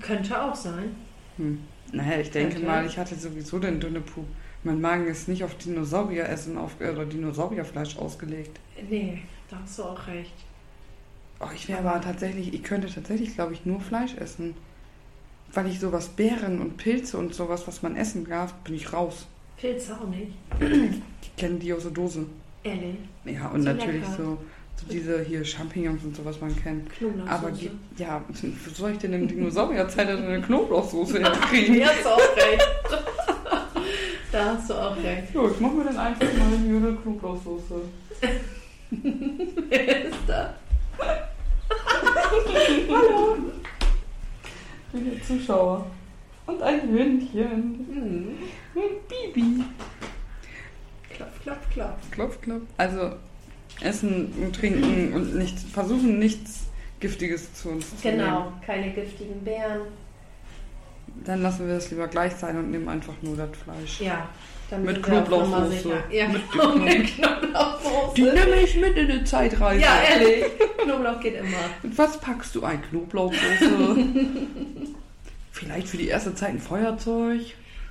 Könnte auch sein. Hm. Naja, ich denke Okay. mal, ich hatte sowieso den dünne Pup. Mein Magen ist nicht auf Dinosaurieressen auf, äh, oder Dinosaurierfleisch ausgelegt. Nee, da hast du auch recht. Oh, ich wäre aber tatsächlich, ich könnte tatsächlich, glaube ich, nur Fleisch essen. Weil ich sowas Beeren und Pilze und sowas, was man essen darf, bin ich raus. Pilze auch nicht. Ich kenne die aus der Dose. Ehrlich. Ja, und So natürlich lecker. so, so diese hier Champignons und sowas man kennt. Knoblauchsoße. Aber ge- ja, wo soll ich denn im Dinosaurierzeit eine Knoblauchsoße herkriegen? Nee, hast du auch recht. da hast du auch recht. Jo, ich mach mir dann einfach mal hier eine Knoblauchsoße. Wer ist da? Viele Zuschauer. Und ein Hündchen. Hm. Mit Bibi. Klopf, klopf, klopf. Klopf, klopf. Also essen und trinken und nicht versuchen, nichts Giftiges zu uns zu Genau, keine giftigen Beeren. nehmen. Dann lassen wir das lieber gleich sein und nehmen einfach nur das Fleisch. Ja. Dann Mit sind wir auf Nummer Knoblauchsoße. sicher. Ja, genau, mit Knoblauchsoße. Die nehme ich mit in eine Zeitreise. Ja, ehrlich. Knoblauch geht immer. Mit was packst du ein? Knoblauchsoße? Vielleicht für die erste Zeit ein Feuerzeug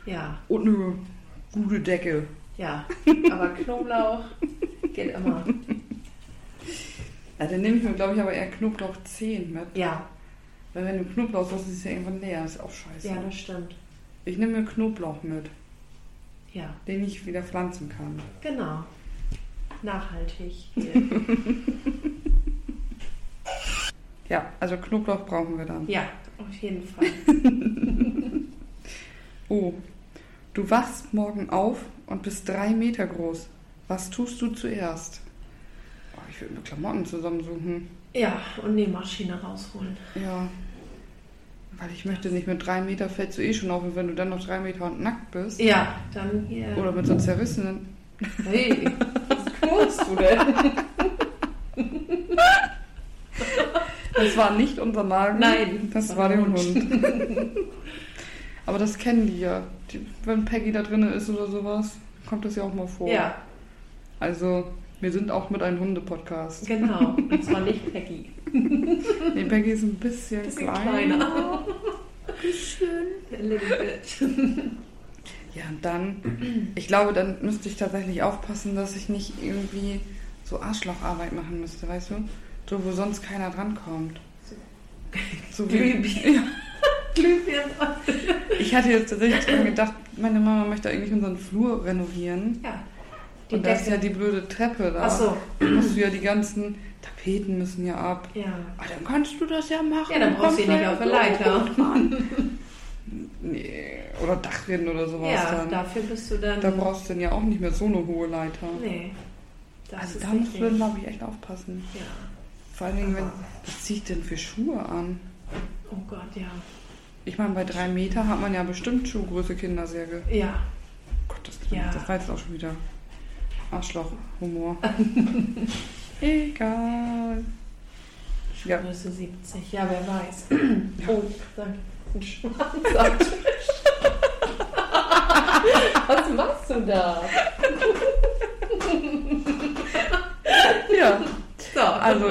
Ja, und eine gute Decke. ja. Aber Knoblauch geht immer. Ja, dann nehme ich mir, glaube ich, aber eher Knoblauch 10 mit. Ja, Weil wenn du Knoblauch hast, ist es ja irgendwann leer. Ist auch scheiße. ja, das stimmt. ich nehme mir Knoblauch mit, Ja, den ich wieder pflanzen kann. genau. Nachhaltig hier. Ja, also Knoblauch brauchen wir dann. Ja, auf jeden Fall. Oh, Du wachst morgen auf und bist drei Meter groß. Was tust du zuerst? Oh, ich würde mir Klamotten zusammensuchen. Ja, und Nähmaschine rausholen. Ja. Weil ich möchte nicht mit drei Meter fällst du eh schon auf und wenn du dann noch drei Meter und nackt bist. Ja, dann hier. Oder mit so zerrissenen. Hey, was knurrst du denn? Das war nicht unser Magen. Nein, Das war der Hund. Aber das kennen die ja. Die, wenn Peggy da drin ist oder sowas, kommt das ja auch mal vor. Ja, Also, wir sind auch mit einem Hunde-Podcast. genau. Und zwar nicht Peggy. Nee, Peggy ist ein bisschen, Bisschen kleiner. kleiner. Bisschen. Little bit. Ja, und dann, ich glaube, dann müsste ich tatsächlich aufpassen, dass ich nicht irgendwie so Arschlocharbeit machen müsste, weißt du? So, wo sonst keiner drankommt. So Glühbirne. Ja. Ich hatte jetzt tatsächlich dran gedacht, meine Mama möchte eigentlich unseren Flur renovieren. Ja. Die Und da ist ja Decke. die blöde Treppe da. Ach so. Da musst du ja die ganzen Tapeten müssen ja ab. Ja. Ah, dann kannst du das ja machen. Ja, dann brauchst du Kommst ihn nicht ja auf der so Leiter. hoch dran. nee, oder Dachrinnen oder sowas Ja, dann. dafür bist du dann. Da brauchst du dann ja auch nicht mehr so eine hohe Leiter. Nee. Das also ist da nicht musst du, richtig. glaube ich, echt aufpassen. Ja. Vor allen Dingen, wenn, Aber- was zieh ich denn für Schuhe an? Oh Gott, ja. Ich meine, bei drei Meter hat man ja bestimmt Schuhgröße Kindersäge. Ja. Gottes Ja. ja. das war jetzt auch schon wieder Arschloch-Humor. Egal. Ja. Größe 70. Ja, wer weiß. Ja. Oh, sag ein Schwanz am Tisch. Was machst du da? ja, So, also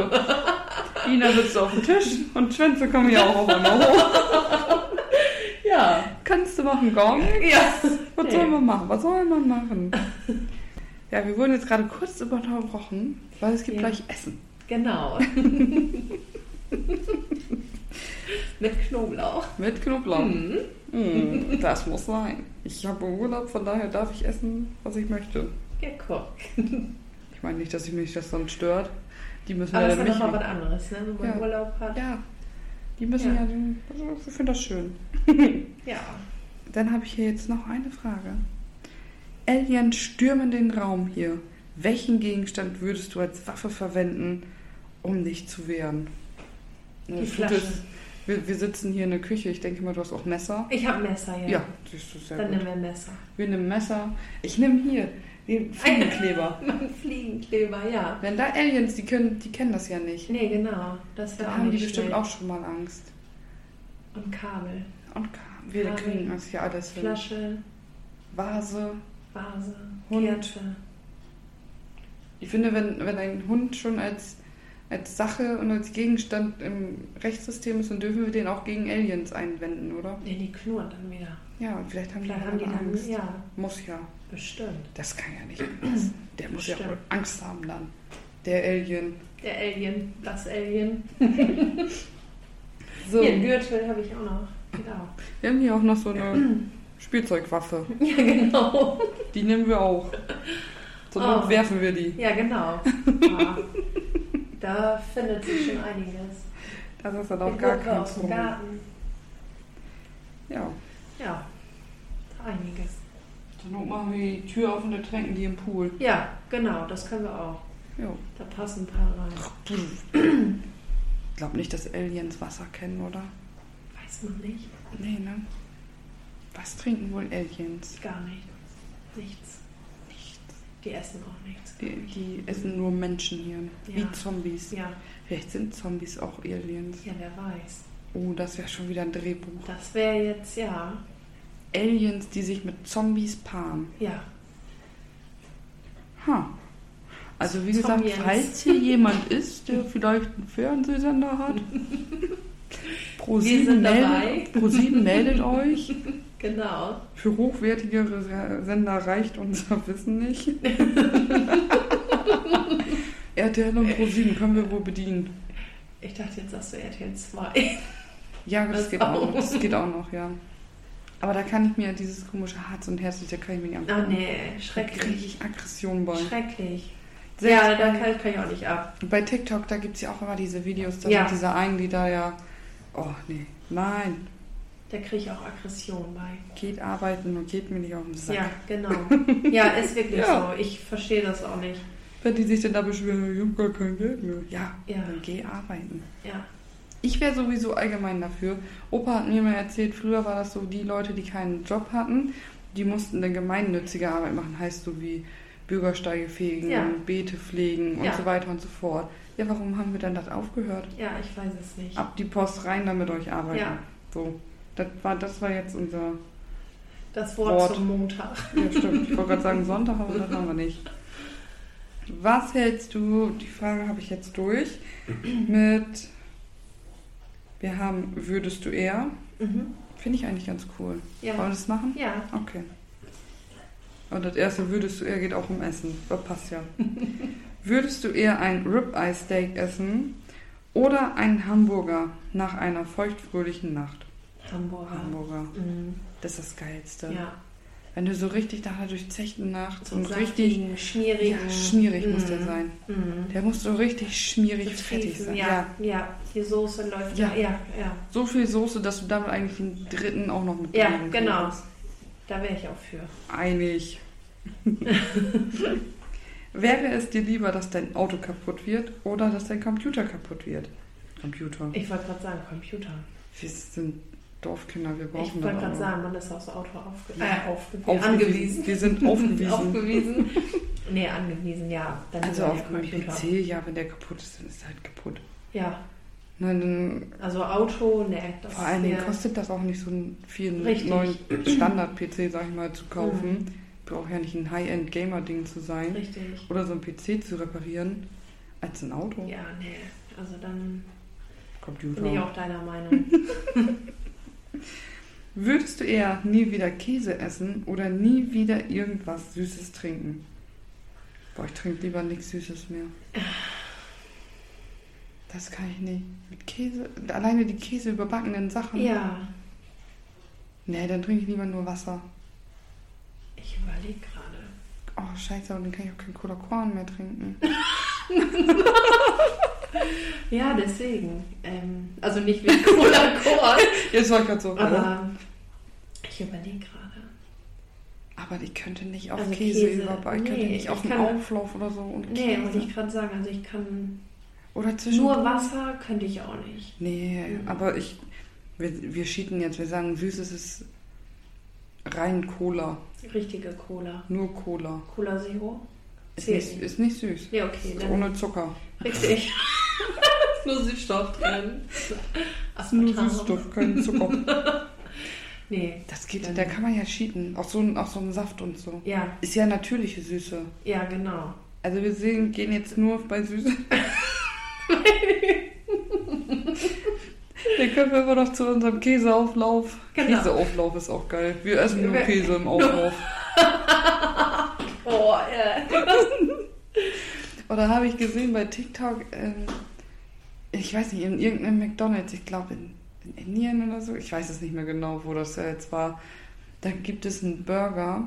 Ina sitzt auf dem Tisch und Schwänze kommen ja auch immer hoch. ja. Kannst du machen, Gong? Ja. Was soll man machen? Was soll man machen? Ja, wir wurden jetzt gerade kurz unterbrochen, weil es gibt Ja. gleich Essen. Genau. Mit Knoblauch. Mit Knoblauch. Mm, das muss sein. Ich habe Urlaub, von daher darf ich essen, was ich möchte. Geguckt. Ich meine nicht, dass ich mich das sonst stört. Die müssen Aber ja das dann ist mich nochmal was anderes, ne? wenn man Ja. Urlaub hat. Ja, die müssen Ja. ja, den, also ich finde das schön. Ja. Dann habe ich hier jetzt noch eine Frage. Aliens stürmen den Raum hier. Welchen Gegenstand würdest du als Waffe verwenden, um dich zu wehren? Na, Die das Gute Flasche. ist, wir, wir sitzen hier in der Küche. Ich denke mal, du hast auch Messer. Ich habe Messer, ja. Ja, siehst du sehr Dann gut. nehmen wir Messer. Wir nehmen Messer. Ich nehme hier den Fliegenkleber. Mein Fliegenkleber, ja. Wenn da Aliens, die, können, die kennen das ja nicht. Nee, genau. Das Dann wäre auch haben die nicht bestimmt schlecht. auch schon mal Angst. Und Kabel. Und wir Kabel. kriegen das hier alles hin. Flasche, Vase. Vase, Hund. Kerze. Ich finde, wenn, wenn ein Hund schon als, als Sache und als Gegenstand im Rechtssystem ist, dann dürfen wir den auch gegen Aliens einwenden, oder? Nee, die knurren dann wieder. Ja, und vielleicht haben Vielleicht die, haben die dann dann, Angst. ja, Muss ja. bestimmt. Das kann ja nicht anders. Der muss ja Stimmt. wohl Angst haben dann. Der Alien. Der Alien, das Alien. So, Hier, einen Gürtel habe ich auch noch. Genau. wir haben hier auch noch so eine Spielzeugwaffe. Ja, genau. Die nehmen wir auch. Zur Not Oh. werfen wir die. Ja, genau. Ja. Da findet sich schon einiges. Das ist dann Die auch gar Gurke kein aus dem Problem. Garten. Ja. Ja, einiges. Zur Not machen wir die Tür auf und dann tränken die im Pool. Ja, genau, das können wir auch. Ja. Da passen ein paar rein. Ich glaube nicht, dass Aliens Wasser kennen, oder? Weiß man nicht. Nee, ne? Was trinken wohl Aliens? Gar nicht. Nichts. Nichts. Die essen auch nichts. Die, die essen nur Menschen hier. Ja. Wie Zombies. Ja, Vielleicht sind Zombies auch Aliens. ja, wer weiß. Oh, das wäre schon wieder ein Drehbuch. Das wäre jetzt, ja, Aliens, die sich mit Zombies paaren. ja. Ha. Also wie Zombies. gesagt, falls hier jemand ist, der vielleicht einen Fernsehsender hat, Pro Wir sieben sind meldet, Pro sieben meldet euch. Genau. Für hochwertigere Sender reicht unser Wissen nicht. RTL und ProSieben können wir wohl bedienen. Ich dachte jetzt, sagst du RTL 2. Ja, das, Das geht auch. auch. noch. Das geht auch noch, ja. Aber da kann ich mir dieses komische Herz und Herzlich, da kann ich mir nicht Ah, angucken. nee, Da kriege schrecklich. ich Aggression bei. Schrecklich. Selbst Ja, da kann, kann ich auch nicht ab. bei, bei TikTok, da gibt es ja auch immer diese Videos, da Ja. mit dieser einen, die da ja. Oh, nee. Nein. Da kriege ich auch Aggression bei. Geht arbeiten und geht mir nicht auf den Sack. Ja, genau. Ja, ist wirklich Ja. so. Ich verstehe das auch nicht. Wenn die sich dann da beschweren, ich hab gar kein Geld mehr. Ja, Ja. dann geh arbeiten. Ja, Ich wäre sowieso allgemein dafür. Opa hat mir mal erzählt, früher war das so, die Leute, die keinen Job hatten, die mussten dann gemeinnützige Arbeit machen, heißt so wie Bürgersteige fegen, Ja. Beete pflegen und Ja. so weiter und so fort. Ja, warum haben wir dann das aufgehört? ja, ich weiß es nicht. Ab die Post rein, damit euch arbeiten. Ja. So, das war, das war jetzt unser. Das Wort, Wort. zum Montag. Ja, stimmt. Ich wollte gerade sagen Sonntag, aber das haben wir nicht. Was hältst du, die Frage habe ich jetzt durch, mit wir haben würdest du eher? Mhm. Finde ich eigentlich ganz cool. Wollen wir Ja. das machen? Ja, Okay. Und das erste würdest du eher geht auch um Essen. Das passt ja. würdest du eher ein Ribeye Steak essen oder einen Hamburger nach einer feuchtfröhlichen Nacht? Hamburger. Hamburger. Mhm. Das ist das Geilste. Ja, Wenn du so richtig da durchzechten nachts so und richtig saftigen, schmierigen. ja, schmierig muss Mhm. der sein. Mhm. Der muss so richtig schmierig fettig Tiefen, sein. ja, ja, die Soße läuft. Ja, Ja. ja, ja. So viel Soße, dass du damit eigentlich den dritten auch noch mit ja reinnehmen genau. kannst. Da wäre ich auch für. Einig. Wäre es dir lieber, dass dein Auto kaputt wird oder dass dein Computer kaputt wird? Computer. Ich wollte gerade sagen, Computer. Wir sind Dorfkinder, wir Ich brauchen wollte das gerade Auto. sagen, man ist aufs Auto aufge Ja. äh, aufge Aufgewiesen. angewiesen. Wir sind aufgewiesen. Aufgewiesen. Nee, angewiesen, ja. Dann also lieber auf der dem PC, ja, wenn der kaputt ist, dann ist er halt kaputt. Ja, Na, dann also Auto, nee. Das Vor allen Dingen wär- kostet das auch nicht so einen vielen Richtig. Hm. neuen Standard-PC, sag ich mal, zu kaufen. Braucht ja nicht ein High-End-Gamer-Ding zu sein. Richtig. Oder so ein PC zu reparieren, als ein Auto. Ja, nee. Also dann Computer. bin ich auch deiner Meinung. Würdest du eher nie wieder Käse essen oder nie wieder irgendwas Süßes trinken? Boah, ich trinke lieber nichts Süßes mehr. Das kann ich nicht. Mit Käse, alleine die Käse überbackenen Sachen. ja, Nee, dann trinke ich lieber nur Wasser. ich überlege gerade. Oh, scheiße, aber dann kann ich auch kein Cola Korn mehr trinken. Ja, deswegen. Ähm, also nicht wegen Cola Korn, Jetzt war ich gerade so. aber ich überlege gerade. Aber ich könnte nicht auf Also Käse, Käse, überbacken. Ich könnte nee, nicht auf ich einen kann- Auflauf oder so. Und Nee, Käse. wollte ich gerade sagen. Also ich kann Oder zwischen. nur Wasser könnte ich auch nicht. Nee, Mhm. aber ich. Wir, wir schieden jetzt. Wir sagen, süßes ist rein Cola. Richtige Cola. Nur Cola. Cola Zero? Ist Zählt nicht, nicht. ist nicht süß. Ja, okay, Ist dann ohne Zucker. richtig. ist nur Süßstoff drin. Ist nur Aspartam. Süßstoff, kein Zucker. Nee, Das geht. Da kann man ja cheaten. Auch so, auch so einem Saft und so. ja, Ist ja natürliche Süße. ja, genau. Also wir sehen, gehen jetzt nur bei Süße. Den können wir immer noch zu unserem Käseauflauf. Genau. Käseauflauf ist auch geil. Wir essen nur Wir- Käse im Auflauf. Oh, ja. Oder habe ich gesehen bei TikTok, ähm, ich weiß nicht, in irgendeinem McDonalds, ich glaube in, in Indien oder so, ich weiß es nicht mehr genau, wo das ja jetzt war, da gibt es einen Burger,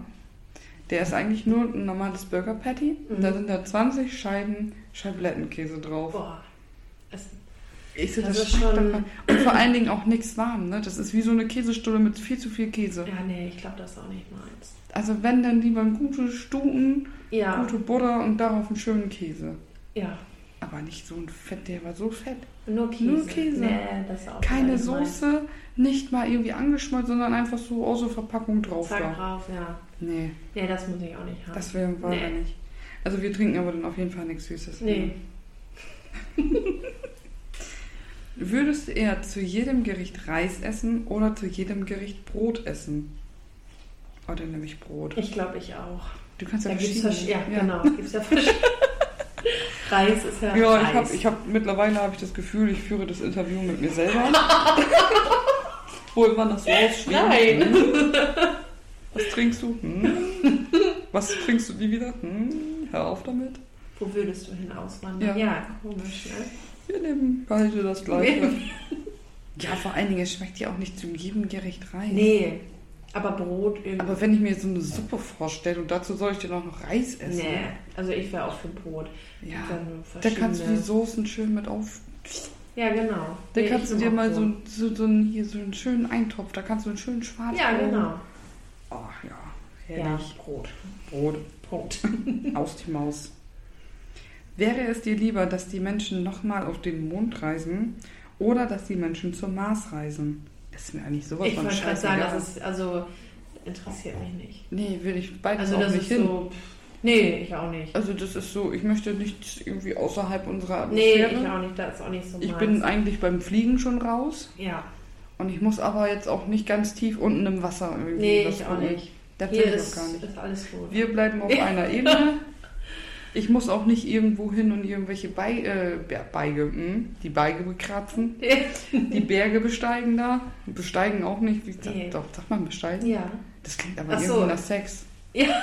der ist eigentlich nur ein normales Burger Patty. Mhm. Da sind da 20 Scheiben Scheiblettenkäse drauf. Boah. Es, Ich so, das, Das ist schmeckt schon- doch mal. Und vor allen Dingen auch nichts warm, ne? Das ist wie so eine Käsestulle mit viel zu viel Käse. ja, nee, ich glaube, das ist auch nicht meins. Also wenn, dann lieber ein gute Stuten, Ja, gute Butter und darauf einen schönen Käse. ja. Aber nicht so ein Fett, der war so fett. Nur Käse. Nur Käse. Nee, das ist auch Keine nicht meins. Soße, nicht mal irgendwie angeschmolzen, sondern einfach so aus der Verpackung drauf Zack war. drauf, ja. Nee, Nee, das muss ich auch nicht haben. das wäre war Nee. nicht. Also wir trinken aber dann auf jeden Fall nichts Süßes. Hm. nee. Würdest du eher zu jedem Gericht Reis essen oder zu jedem Gericht Brot essen? Oh, dann nehme ich Brot. Ich glaube, ich auch. Du kannst ja Da gibt's verschiedene. ja, ja, genau. Gibt's ja verschiedene. Reis ist ja, Ja, ich Reis. habe, ich hab, mittlerweile habe ich das Gefühl, ich führe das Interview mit mir selber. Obwohl man das so ausschrieben. Nein. Hm. Was trinkst du? Hm. Was trinkst du nie wieder? Hm. Hör auf damit. Wo würdest du hin Ja. auswandern? Ja, komisch, ne? Wir nehmen beide das Gleiche. Ja, vor allen Dingen, es schmeckt ja auch nicht zu jedem Gericht Reis. Nee, aber Brot irgendwie. Aber wenn ich mir so eine Suppe vorstelle und dazu soll ich dann auch noch Reis essen. nee, also ich wäre auch für Brot. Ja. Dann Da kannst du die verschiedene- Soßen schön mit auf. Ja, genau. Da Nee, kannst ich du dir auch mal so. so, einen- so, so, einen, hier, so einen schönen Eintopf, da kannst du einen schönen schwarzen. Ja, genau. Oh ja, Ja, herrlich. Brot. Brot, Brot. aus die Maus. Wäre es dir lieber, dass die Menschen nochmal auf den Mond reisen oder dass die Menschen zum Mars reisen? Das ist mir eigentlich sowas Ich von wollte gerade scheiße. sagen, das ist, also, interessiert mich nicht. nee, will ich beides Also, auch das nicht ist hin. so. pff, Nee, ich auch nicht. Also das ist so, ich möchte nichts irgendwie außerhalb unserer Nee, Atmosphäre. ich auch nicht. Das ist auch nicht so ich meins. bin eigentlich beim Fliegen schon raus Ja. und ich muss aber jetzt auch nicht ganz tief unten im Wasser irgendwie Nee, was ich auch holen. nicht. Das will Hier ich auch ist, gar nicht. ist alles gut. Wir bleiben auf einer Ebene. Ich muss auch nicht irgendwo hin und irgendwelche Bei, äh, Be- Beige, hm, die Beige bekratzen, die Berge besteigen da. Besteigen auch nicht. Wie, Nee. Doch, sagt man besteigen? ja. Das klingt aber Ach irgendwie so. nach Sex. Ja,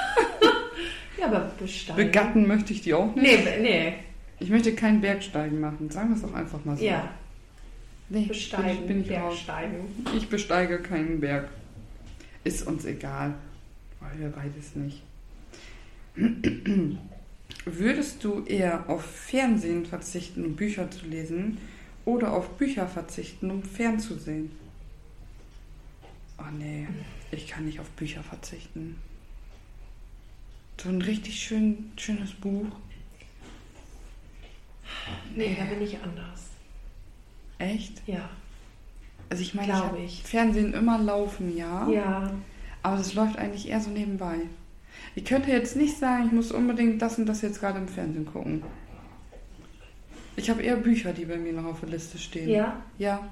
aber besteigen. Begatten möchte ich die auch nicht. Nee, be- nee. Ich möchte keinen Bergsteigen machen. Sagen wir es doch einfach mal so. Ja, Nee, besteigen. Also, Bin ich, bin ich raus. Bergsteigen. Ich besteige keinen Berg. Ist uns egal. Weil wir beides nicht. Würdest du eher auf Fernsehen verzichten, um Bücher zu lesen, oder auf Bücher verzichten, um fernzusehen? Oh nee, ich kann nicht auf Bücher verzichten. So ein richtig schön, schönes Buch. Nee, da bin ich anders. Echt? Ja. Also ich meine, Glaub hab ich. Fernsehen immer laufen, ja? Ja. Aber das läuft eigentlich eher so nebenbei. Ich könnte jetzt nicht sagen, ich muss unbedingt das und das jetzt gerade im Fernsehen gucken. Ich habe eher Bücher, die bei mir noch auf der Liste stehen. Ja. Ja.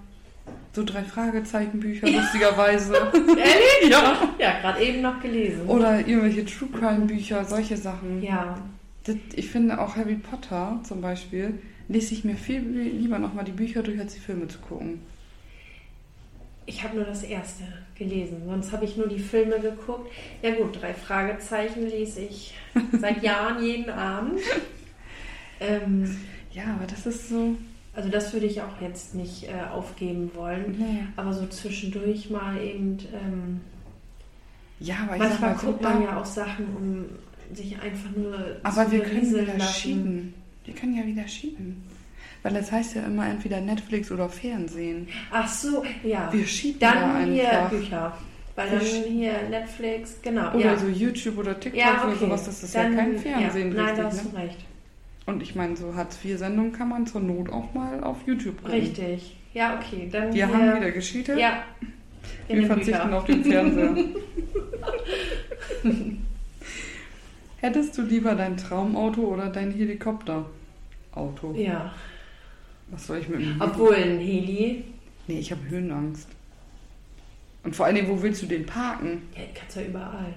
So drei Fragezeichenbücher, lustigerweise. Ehrlich? ja. Ja, gerade eben noch gelesen. Oder irgendwelche True Crime Bücher, solche Sachen. Ja. Das, ich finde auch Harry Potter zum Beispiel, lese ich mir viel lieber nochmal die Bücher durch, als die Filme zu gucken. Ich habe nur das erste gelesen, sonst habe ich nur die Filme geguckt. Ja gut, drei Fragezeichen lese ich seit Jahren jeden Abend. Ähm, Ja, aber das ist so. also das würde ich auch jetzt nicht äh, aufgeben wollen. Nee. Aber so zwischendurch mal eben, ähm, Ja, aber ich sag manchmal mal, guckt guck man mal. ja auch Sachen, um sich einfach nur Aber zu wir können berieseln wieder schieben. Wir können ja wieder schieben. Weil das heißt ja immer entweder Netflix oder Fernsehen. Ach so, ja. Wir schieben Dann ja hier einfach. Bücher. Weil Wir dann sch- hier Netflix, genau. Oder ja. so YouTube oder TikTok ja, oder okay. sowas, das ist ja kein Fernsehen ja. Nein, da hast richtig. du Ne? recht. Und ich meine, so Hartz-IV-Sendungen kann man zur Not auch mal auf YouTube gucken. Richtig. Ja, okay. Dann Wir haben wieder gescheatet. Ja. In wir den verzichten Bücher. auf den Fernseher. Hättest du lieber dein Traumauto oder dein Helikopterauto? Ja. Was soll ich mit dem Obwohl ein Heli, Nee, ich habe Höhenangst. Und vor allen Dingen, wo willst du den parken? ja, den kannst du ja überall.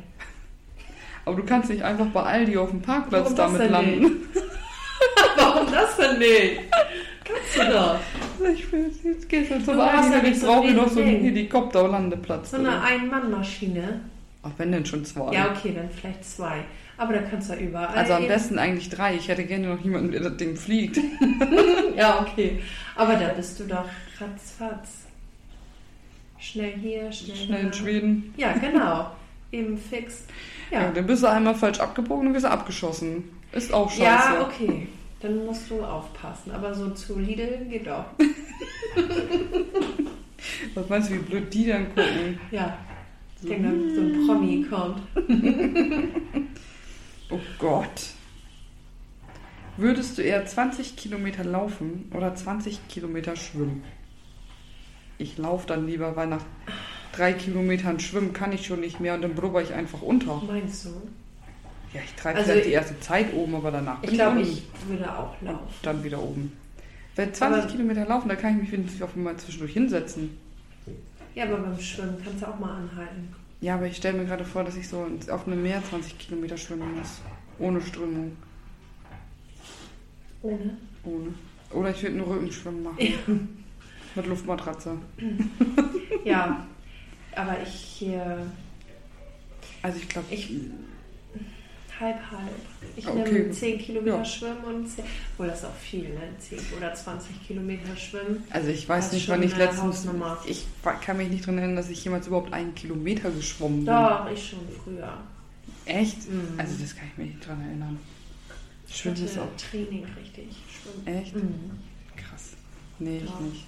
Aber du kannst nicht einfach bei Aldi auf dem Parkplatz Warum das damit denn landen. Warum das denn nicht? Kannst du doch. Ich will jetzt gehst du zum Du brauchst ja Aldi, nicht ich so brauche ein noch so einen Riesending. Helikopterlandeplatz. So eine oder? Ein-Mann-Maschine. Ach, wenn denn schon zwei. Ja, okay, dann vielleicht zwei. Aber da kannst du ja überall. also am hin. besten eigentlich drei. Ich hätte gerne noch jemanden, der das Ding fliegt. Ja, okay. Aber da bist du doch ratzfatz. Schnell hier, schnell Schnell in da. Schweden. Ja, genau. Eben fix. Ja. Ja, dann bist du einmal falsch abgebogen und bist du abgeschossen. Ist auch scheiße. ja okay. Dann musst du aufpassen. Aber so zu Lidl geht auch. Was meinst du, wie blöd die dann gucken? Ja. Ich denke, wenn so ein Promi kommt. Oh Gott. Würdest du eher 20 Kilometer laufen oder 20 Kilometer schwimmen? Ich laufe dann lieber, weil nach drei Kilometern schwimmen kann ich schon nicht mehr und dann blubber ich einfach unter. Meinst du? Ja, ich treibe Also vielleicht ich- die erste Zeit oben, aber danach Ich bin glaube, unten. ich würde auch laufen. dann wieder oben. Wenn 20 Aber- Kilometer laufen, da kann ich mich wenigstens auch mal zwischendurch hinsetzen. Ja, aber beim Schwimmen kannst du auch mal anhalten. Ja, aber ich stelle mir gerade vor, dass ich so ins offene Meer 20 Kilometer schwimmen muss. Ohne Strömung. Ohne? Ohne. Oder ich würde einen Rückenschwimmen machen. Mit Luftmatratze. Ja. Aber ich hier Also ich glaube, Ich- halb, halb. Ich Ah, Okay. nehme 10 Kilometer Ja. Schwimmen und 10, obwohl das ist auch viel, ne? 10 oder 20 Kilometer Schwimmen. also ich weiß Das ist nicht, schon wann ich eine letztens, Hausnummer. ich wa- kann mich nicht dran erinnern, dass ich jemals überhaupt einen Kilometer geschwommen bin. Doch, ich schon früher. Echt? Mhm. Also das kann ich mich nicht dran erinnern. Ich Schwimmen ist hatte auch Training richtig. Schwimmen. echt Mhm. krass. Nee, Doch. ich nicht.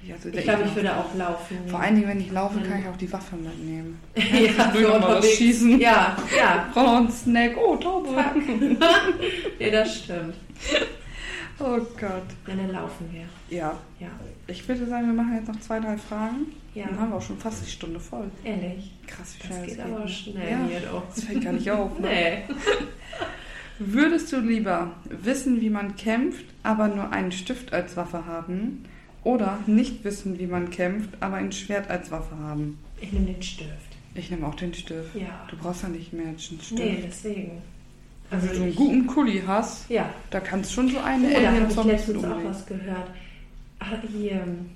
Ich, also, Ich glaube, ich würde auch laufen. Vor allen Dingen, wenn ich laufe, kann ich auch die Waffe mitnehmen. ja, Will noch mal was unterwegs. schießen. Ja, ja. Brauche noch einen Snack. Oh, Taube. Nee, das stimmt. Oh Gott. Ja, dann laufen wir. Ja, Ja, ich würde sagen, wir machen jetzt noch zwei, drei Fragen. Dann haben ja. wir auch schon fast die Stunde voll. Ehrlich. Krass, wie Das schnell geht das aber ne? schnell Ja. hier doch. Das fällt gar nicht auf. Ne? Nee. Würdest du lieber wissen, wie man kämpft, aber nur einen Stift als Waffe haben? Oder nicht wissen, wie man kämpft, aber ein Schwert als Waffe haben? Ich nehme den Stift. Ich nehme auch den Stift. Ja. Du brauchst ja nicht mehr einen Stift. Nee, deswegen. Also Wenn du so einen ich- guten Kuli hast, Ja. da kannst schon so Oh, eine da habe Alien ich Zombie letztens auch umlegen. was gehört. Ah, hier, ähm,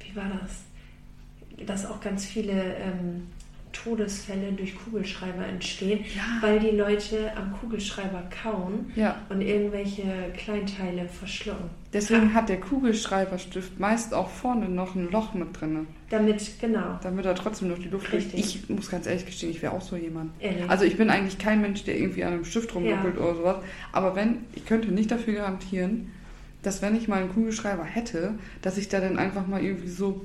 wie war das? Dass auch ganz viele ähm, Todesfälle durch Kugelschreiber entstehen, Ja. weil die Leute am Kugelschreiber kauen Ja, und irgendwelche Kleinteile verschlucken. deswegen hat der Kugelschreiberstift meist auch vorne noch ein Loch mit drinne, Damit, genau. damit er trotzdem durch die Luft geht. Richtig. Ich muss ganz ehrlich gestehen, ich wäre auch so jemand. Ehrlich. Also ich bin eigentlich kein Mensch, der irgendwie an einem Stift rumruckelt oder sowas. Aber wenn, ich könnte nicht dafür garantieren, dass wenn ich mal einen Kugelschreiber hätte, dass ich da dann einfach mal irgendwie so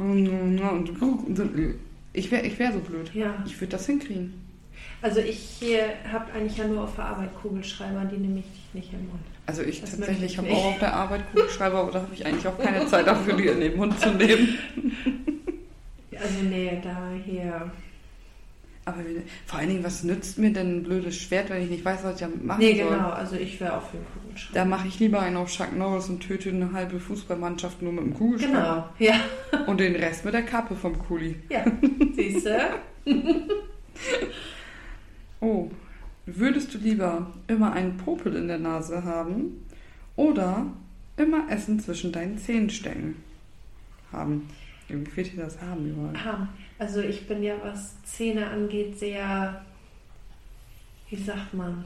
und ich wäre ich wär so blöd. ja. Ich würde das hinkriegen. Also ich habe eigentlich ja nur auf der Arbeit Kugelschreiber, die nehme ich nicht im Mund. Also ich Das tatsächlich möchte habe ich auch auf der Arbeit Kugelschreiber, aber da habe ich eigentlich auch keine Zeit dafür, die in den Mund zu nehmen. Also nee, da hier. Aber wenn- vor allen Dingen, was nützt mir denn ein blödes Schwert, wenn ich nicht weiß, was ich damit machen Nee, soll? genau. Also ich wäre auch für den Kugelschreiber. Da mache ich lieber einen auf Chuck Norris und töte eine halbe Fußballmannschaft nur mit dem Kugelschreiber. Genau. Ja. Und den Rest mit der Kappe vom Kuli. Ja. Siehst du? Oh, würdest du lieber immer einen Popel in der Nase haben oder immer Essen zwischen deinen Zähnen stecken? Haben. Irgendwie fehlt dir das Haben überall. Ah, Also ich bin ja, was Zähne angeht, sehr, wie sagt man,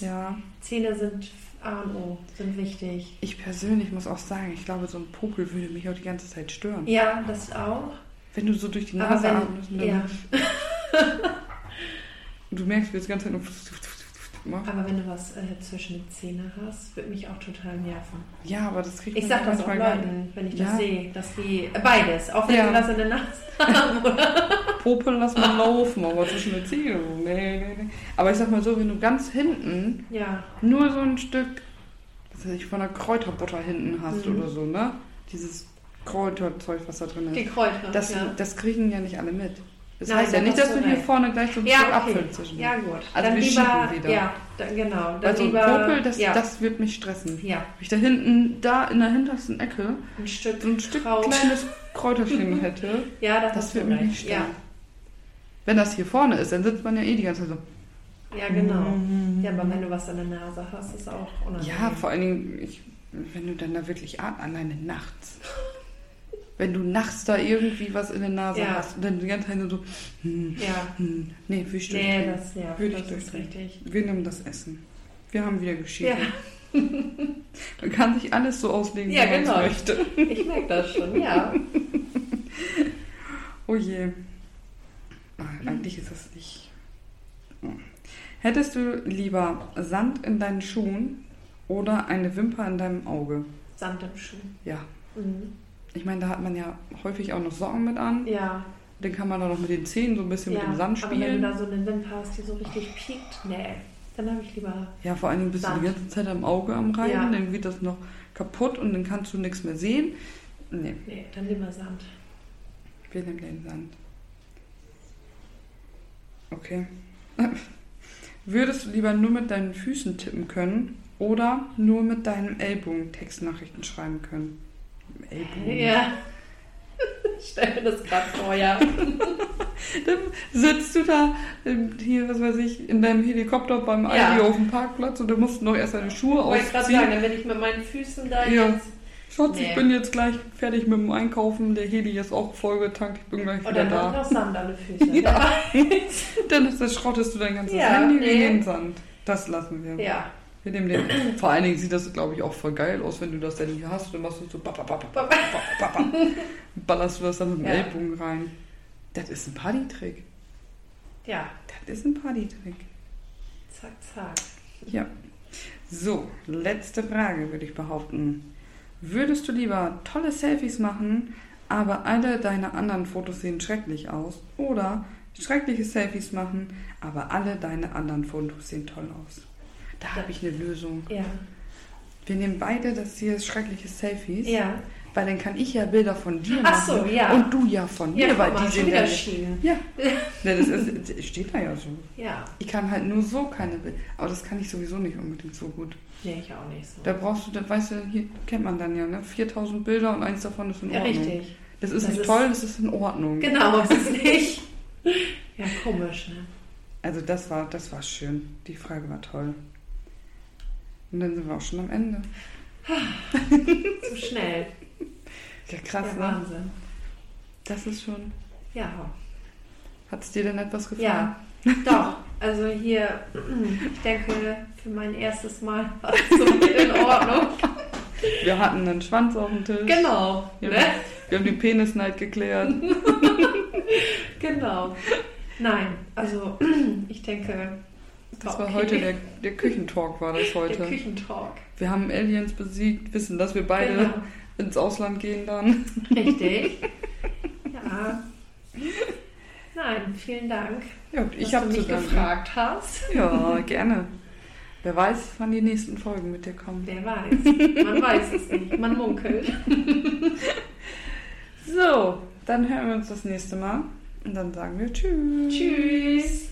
Ja, Zähne sind A und O, sind wichtig. ich persönlich muss auch sagen, ich glaube, so ein Popel würde mich auch die ganze Zeit stören. Ja, das auch. Wenn du so durch die Aber Nase atmest und wenn, dann- ja, und du merkst, wie das ganze Zeit nur macht. aber wenn du was äh, zwischen den Zähnen hast, würde mich auch total nerven. Ja, aber das kriegt Ich man sag das auch manchmal gar nicht. Leuten, wenn ich das Ja. sehe, dass die, äh, beides, auch wenn Ja. die was in der Nase haben, oder? Popeln lass mal laufen, aber zwischen den Zähnen. Nee, nee, nee. Aber ich sag mal so, wenn du ganz hinten Ja, nur so ein Stück, was weiß ich, von der Kräuterbutter hinten hast Mhm. oder so, ne? Dieses Kräuterzeug, was da drin die ist. Kräuter. Das, ja. das kriegen ja nicht alle mit. Das Nein, heißt ja da nicht, hast dass du du hier recht. vorne gleich so ein Stück ja, okay. Apfel zwischen ja gut. Also dann wir lieber, schieben wieder. ja, dann, genau. Dann Weil so ein lieber, Popel, das, ja, das wird mich stressen. ja, Wenn ich da hinten, da in der hintersten Ecke, ein Stück, so ein Stück Kraut. kleines Kräuterchen hätte, Ja, da das hast du wird mich recht. nicht stören. Ja, Wenn das hier vorne ist, dann sitzt man ja eh die ganze Zeit so. ja, genau. Ja, aber wenn du was an der Nase hast, ist auch unangenehm. Mhm. Ja, vor allen Dingen, ich, wenn du dann da wirklich atmest, alleine nachts. Wenn du nachts da irgendwie was in der Nase Ja. hast und dann die ganze Zeit nur so, hm, Ja, hm, nee, wir stehen. nee, das, ja, Würde ich das ist durchdrehen. richtig. Wir nehmen das Essen. Wir haben wieder Geschichte. Ja, Man kann sich alles so auslegen, Ja, wie man es genau. möchte. ich merke das schon, ja. Oh je. Ah, eigentlich ist das nicht. Hm. Hättest du lieber Sand in deinen Schuhen oder eine Wimper in deinem Auge? Sand im Schuh. Ja. Mhm. Ich meine, da hat man ja häufig auch noch Socken mit an. Ja, Den kann man dann noch mit den Zähnen so ein bisschen ja. mit dem Sand aber wenn du spielen. Oh. da so eine Wimper hast, die so richtig piekt, nee, dann habe ich lieber, Ja, vor allen Dingen bist Sand. du die ganze Zeit am Auge am Reiben, Ja. dann wird das noch kaputt und dann kannst du nichts mehr sehen. Nee, nee, dann lieber Sand. wir nehmen den Sand. Okay. Würdest du lieber nur mit deinen Füßen tippen können oder nur mit deinem Ellbogen Textnachrichten schreiben können? Mit dem Ellbogen. Ja. Ich stell mir das gerade vor, ja. Dann sitzt du da ähm, hier, was weiß ich, in deinem Helikopter beim Ja. Aldi auf dem Parkplatz und du musst noch erst deine Schuhe Wollte ich gerade ausziehen. sagen, dann bin ich mit meinen Füßen da Ja. jetzt. Schatz, Nee. ich bin jetzt gleich fertig mit dem Einkaufen. Der Heli ist auch vollgetankt. Ich bin gleich Und wieder dann hat da. noch Sand alle Füße. Ja. Dann ist das, schrottest du dein ganzes Ja, Handy nee. in den Sand. Das lassen wir. ja. Wir nehmen den. Vor allen Dingen sieht das, glaube ich, auch voll geil aus, wenn du das dann hier hast. Dann machst du so bap, bap, bap, bap, bap, bap, bap. ballerst du das dann mit dem Ja. Ellbogen rein. Das ist ein Partytrick. Ja, Das ist ein Partytrick. zack, zack. Ja. So, letzte Frage, würde ich behaupten. Würdest du lieber tolle Selfies machen, aber alle deine anderen Fotos sehen schrecklich aus? Oder schreckliche Selfies machen, aber alle deine anderen Fotos sehen toll aus? Da habe ich eine Lösung. Ja. Wir nehmen beide das hier schreckliche Selfies. Ja. Weil dann kann ich ja Bilder von dir Ach so, machen ja. und du ja von mir, Ja, weil guck mal, die schon sind wieder ja nicht. Schienen. Ja, Ja, das ist, steht da ja so. Ja. Ich kann halt nur so keine Bilder. Aber das kann ich sowieso nicht unbedingt so gut. Nee, ich auch nicht so. Da brauchst du, da weißt du, hier kennt man dann ja, ne? 4000 Bilder und eins davon ist in Ja, Ordnung. richtig. Das ist Das nicht ist- toll, das ist in Ordnung. Genau, es ist nicht. Ja, komisch, ne? Also das war, das war schön. Die Frage war toll. Und dann sind wir auch schon am Ende. Zu schnell. Ja, Ja, krass, ne? Wahnsinn. Das ist schon. Ja. Hat es dir denn etwas gefallen? Ja, doch. Also hier, ich denke, für mein erstes Mal war das so in Ordnung. Ja. Wir hatten einen Schwanz auf dem Tisch. Genau. Wir, Ne? haben, wir haben die Penisneid geklärt. Genau. Nein, also ich denke, Das okay. war heute der, der Küchentalk war das der heute. Küchentalk. Wir haben Aliens besiegt, wissen, dass wir beide Genau. ins Ausland gehen dann. Richtig. Ja. Nein, vielen Dank, Ja, und ich dass habe du mich gefragt hast. Ja, gerne. Wer weiß, wann die nächsten Folgen mit dir kommen. Wer weiß. Man weiß es nicht. Man munkelt. So, dann hören wir uns das nächste Mal und dann sagen wir Tschüss. Tschüss.